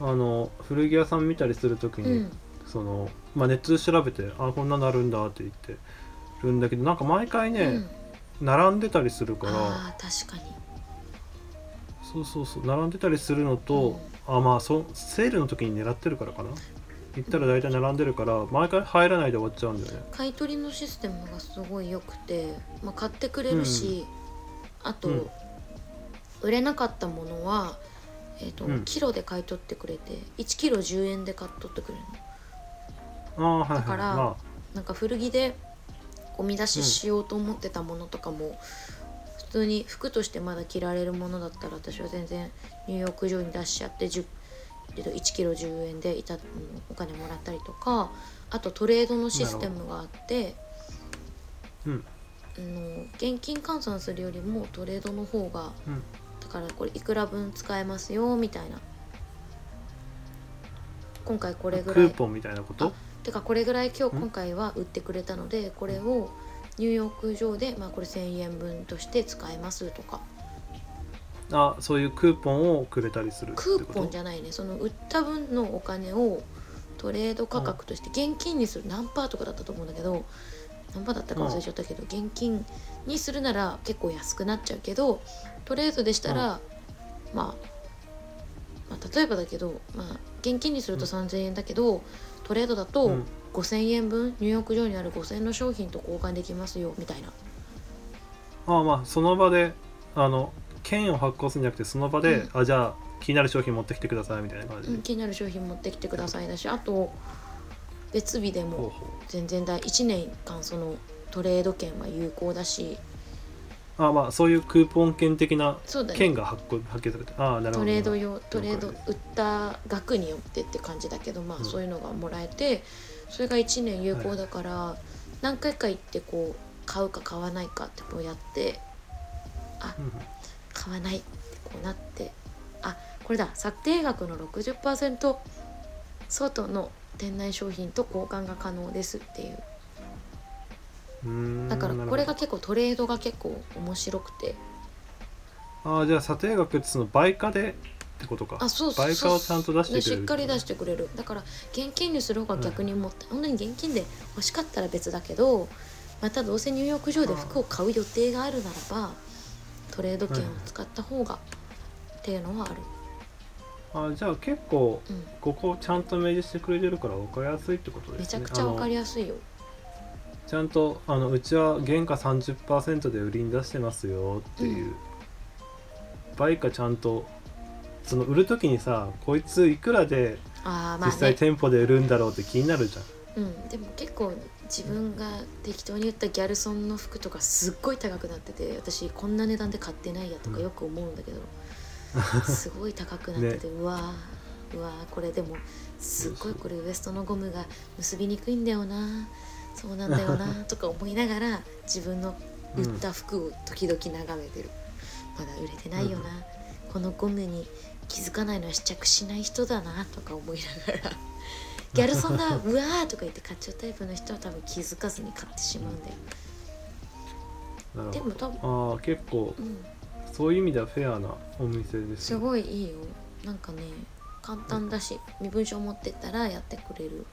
Speaker 1: あの古着屋さん見たりする時
Speaker 2: い、う
Speaker 1: に、
Speaker 2: ん、
Speaker 1: そのまあ、ネットで調べてあこんなのあるんだって言ってるんだけどなんか毎回
Speaker 2: う
Speaker 1: ね
Speaker 2: ん、、
Speaker 1: 並んでたりするから
Speaker 2: ああー確かに
Speaker 1: そうそうそう並んでたりするのと、あまあそセールの時に狙ってるからかな行ったら大体並んでるから毎回入らないで終わっちゃうんだよね
Speaker 2: 買い取りのシステムがすごい良くて、まあ、買ってくれるし、あと、
Speaker 1: うん
Speaker 2: 売れなかったものは、えーと
Speaker 1: うん
Speaker 2: キロで買い取ってくれて1キロ10円で買っとってくれるの
Speaker 1: ああはいはい
Speaker 2: だから
Speaker 1: ま
Speaker 2: なんか古着でゴミ出ししようと思ってたものとかも、普通に服としてまだ着られるものだったら私は全然入浴場に出しちゃって10えっと1キロ10円でいたお金もらったりとかあとトレードのシステムがあって
Speaker 1: うん
Speaker 2: あの現金換算するよりもトレードの方が
Speaker 1: あ、うん、
Speaker 2: だからこれいくら分使えますよみたいな今回これぐ
Speaker 1: ク
Speaker 2: ら
Speaker 1: ー
Speaker 2: い
Speaker 1: ポンみたいなこと
Speaker 2: てかこれぐらい今日
Speaker 1: ん
Speaker 2: 今回は売ってくれたのでこれを入浴場で、まあ、これ1,000円分として使えますとか
Speaker 1: あそういうクーポンをくれたりするって
Speaker 2: クー
Speaker 1: こ
Speaker 2: ポン
Speaker 1: と
Speaker 2: じゃないねその売った分のお金をトレード価格として現金にする何パーとかだったと思うんだけど何パーだったか忘れちゃったけど現金にするなら結構安くなっちゃうけどトレードでしたら、まあ、まあ例えばだけど、まあ、現金にすると3,000円だけどトレードだと、
Speaker 1: うん
Speaker 2: 5,000円分入浴場にある5,000円の商品と交換できますよみたいな
Speaker 1: ああまあその場であの券を発行するんじゃなくてその場で、
Speaker 2: う
Speaker 1: あじゃあ気になる商品持ってきてくださいみたいな感じ
Speaker 2: う
Speaker 1: で、
Speaker 2: ん気になる商品持ってきてくださいだしあと別日で
Speaker 1: ほう
Speaker 2: も
Speaker 1: ほ
Speaker 2: 全然大1年間そのトレード券は有効だし
Speaker 1: うあまあそういうクーポン券的な
Speaker 2: そうだね
Speaker 1: 券が発行発行されてああなるほ
Speaker 2: ト
Speaker 1: ど
Speaker 2: レード
Speaker 1: なる
Speaker 2: 用トレード
Speaker 1: 了解
Speaker 2: 売った額によってって感じだけどまあ、
Speaker 1: うん
Speaker 2: そういうのがもらえてそれが1年有効だから、何回か行ってこう買うか買わないかってこうやって
Speaker 1: ほどうん
Speaker 2: 買わないってこうなってあこれだ策定額の60%外の店内商品と交換が可能ですっていう
Speaker 1: うーん
Speaker 2: だから
Speaker 1: なるほど
Speaker 2: これが結構トレードが結構面白くて
Speaker 1: ああじゃあ査定額ってその倍価でってことか
Speaker 2: あそうそう
Speaker 1: 倍価をちゃんと出してくれる
Speaker 2: しっかり出してくれるだから現金にする方が逆にもったい、本当に現金で欲しかったら別だけどまたどうせニューヨーク上で服を買う予定があるならばトレード券を使った方が、っていうのはある、
Speaker 1: あーじゃあ結構
Speaker 2: うん、
Speaker 1: ここをちゃんと明示してくれてるから分かりやすいってことで
Speaker 2: めち
Speaker 1: す
Speaker 2: ゃ
Speaker 1: ね
Speaker 2: くちゃ分かり
Speaker 1: や
Speaker 2: やすいよ、
Speaker 1: すいちゃんとあのうちは原価30%で売りに出してますよっていう、売価ちゃんとその売る時にさこいついくらで
Speaker 2: ああま
Speaker 1: 実
Speaker 2: あ
Speaker 1: 際
Speaker 2: ね、
Speaker 1: 店舗で売るんだろうって気になるじゃん、
Speaker 2: うん、でも結構自分が適当に言ったギャルソンの服とかすっごい高くなってて私こんな値段で買ってないやとかよく思うんだけど、すごい高くな ってて、うわーうわーこれでもすっごいこれウエストのゴムが結びにくいんだよなそうなんだよなとか思いながら自分の売った服を時々眺めてる、まだ売れてないよな、このゴムに気づかないのは試着しない人だなとか思いながらギャルソンが「うわー」とか言って買っちゃうタイプの人は多分気づかずに買ってしまうんだよ、
Speaker 1: なる
Speaker 2: で
Speaker 1: ほ
Speaker 2: も多
Speaker 1: ど
Speaker 2: 分、
Speaker 1: あー結構
Speaker 2: うん、
Speaker 1: そういう意味ではフェアなお店です
Speaker 2: す
Speaker 1: ね
Speaker 2: ごいいいよなんかね簡単だし身分証持ってったらやってくれる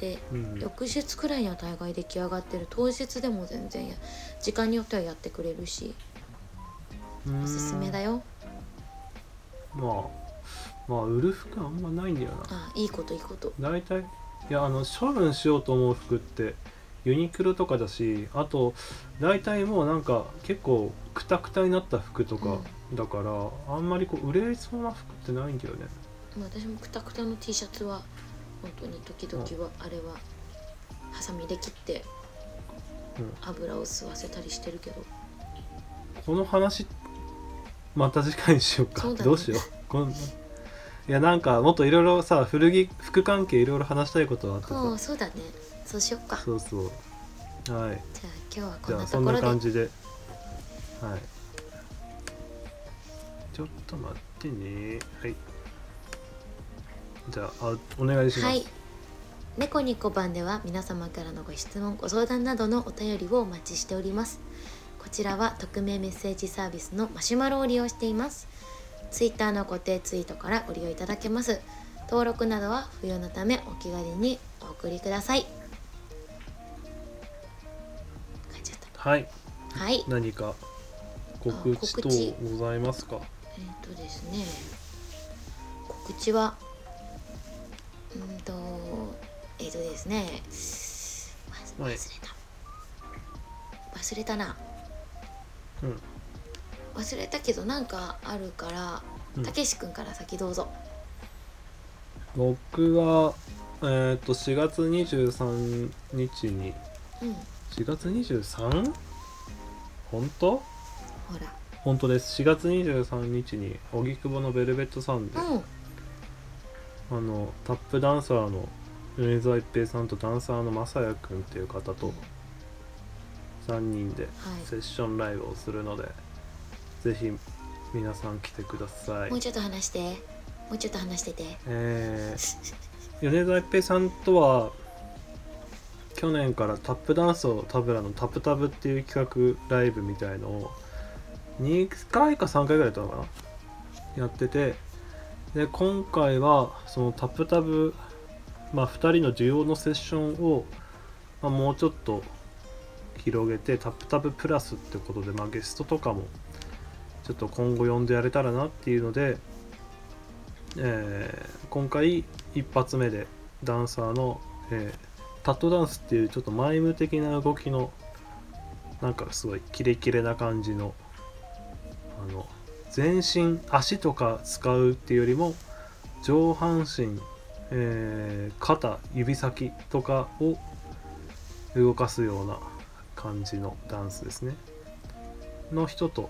Speaker 2: で
Speaker 1: うん、
Speaker 2: 翌日くらいには大概出来上がってる当日でも全然や時間によってはやってくれるしおすすめだ
Speaker 1: よ
Speaker 2: よ
Speaker 1: まあまあ売る服あんまないんだよな
Speaker 2: あいいこといいこと
Speaker 1: 大体いやあの処分しようと思う服ってユニクロとかだしあと大体もうなんか結構くたくたになった服とか、だからあんまりこう売れそうな服ってないんだよね
Speaker 2: まあ私もクタクタの T シャツは本当に時々はあれはハサミで切って
Speaker 1: うん
Speaker 2: 油を吸わせたりしてるけど
Speaker 1: この話また次回にしようか
Speaker 2: そうだね
Speaker 1: どうしようこんいやなんかもっといろいろさ古着服関係いろいろ話したいことはあって
Speaker 2: ああ
Speaker 1: さ
Speaker 2: そうだねそうしよっか
Speaker 1: そうそうはい
Speaker 2: じゃあ今日はこ
Speaker 1: じ
Speaker 2: ん
Speaker 1: ゃあ
Speaker 2: な
Speaker 1: そ
Speaker 2: と
Speaker 1: ん
Speaker 2: ころ
Speaker 1: な
Speaker 2: で
Speaker 1: 感じではいちょっと待ってねはいじゃああお願いします
Speaker 2: はい。猫にこ番では皆様からのご質問、ご相談などのお便りをお待ちしております。こちらは匿名メッセージサービスのマシュマロを利用しています。ツイッターの固定ツイートからご利用いただけます。登録などは不要のためお気軽にお送りください。書いちゃっ
Speaker 1: はい
Speaker 2: た。はい。
Speaker 1: 何か告知
Speaker 2: あ告知
Speaker 1: 等ございますか
Speaker 2: えっ、とですね告知はうんとえっ、とですね忘忘
Speaker 1: はい
Speaker 2: れた忘れたな
Speaker 1: うん
Speaker 2: 忘れたけどなんかあるから
Speaker 1: うん
Speaker 2: たけし君から先どうぞ
Speaker 1: 僕はえーっ、と4月23日に
Speaker 2: うん
Speaker 1: 4月 23? 本当
Speaker 2: ほら
Speaker 1: 本当です4月23日に荻窪のベルベットサウンドで
Speaker 2: うん
Speaker 1: あのタップダンサーの米沢一平さんとダンサーの正也君っていう方と3人でセッションライブをするので、ぜひ皆さん来てください
Speaker 2: もうちょっと話してもうちょっと話して て
Speaker 1: えー米沢一平さんとは去年からタップダンスをタブラのタプタブっていう企画ライブみたいのを2回か3回ぐらいやったのかなやっててで今回はそのタプタブ、まあ、2人の需要のセッションを、まあ、もうちょっと広げてタプタブプラスってことで、まあ、ゲストとかもちょっと今後呼んでやれたらなっていうので、えー今回一発目でダンサーの、えータットダンスっていうちょっとマイム的な動きのなんかすごいキレキレな感じのの全身足とか使うっていうよりも上半身、えー肩指先とかを動かすような感じのダンスですねの人と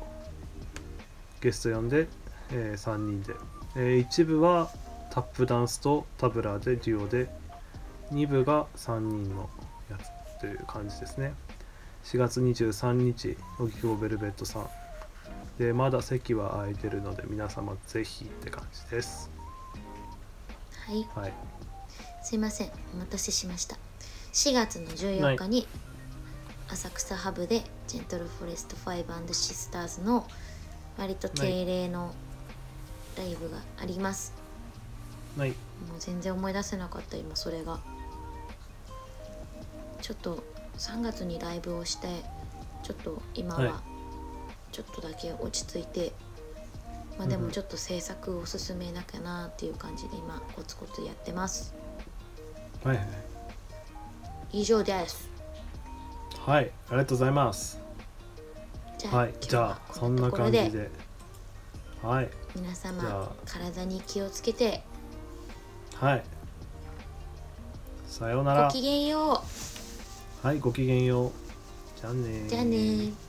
Speaker 1: ゲスト呼んで、え3人で、えー一部はタップダンスとタブラでデュオで2部が3人のやつという感じですね4月23日荻窪ベルベットさんでまだ席は空いてるので皆様ぜひって感じです
Speaker 2: はい
Speaker 1: はい
Speaker 2: すいませんお待たせしました4月の14日に浅草ハブでジェントルフォレスト5シスターズの割と定例のライブがあります、
Speaker 1: はい
Speaker 2: もう全然思い出せなかった今それがちょっと3月にライブをしてちょっと今
Speaker 1: はい
Speaker 2: はちょっとだけ落ち着いて、まあで
Speaker 1: うんう
Speaker 2: も
Speaker 1: ん
Speaker 2: ちょっと制作を進めなきゃなっていう感じで今コツコツやってます
Speaker 1: はいはい
Speaker 2: 以上です
Speaker 1: はいありがとうございます
Speaker 2: じゃあ,、
Speaker 1: はい
Speaker 2: 今日
Speaker 1: じゃ
Speaker 2: は
Speaker 1: あそ
Speaker 2: こん
Speaker 1: ん
Speaker 2: な
Speaker 1: な
Speaker 2: ところ
Speaker 1: 感
Speaker 2: で
Speaker 1: じではい
Speaker 2: 皆
Speaker 1: じゃあ
Speaker 2: 様体に気をつけて
Speaker 1: はいさような
Speaker 2: ご
Speaker 1: ら
Speaker 2: きげんよ
Speaker 1: はいごきげんようじゃあね
Speaker 2: うじゃあねー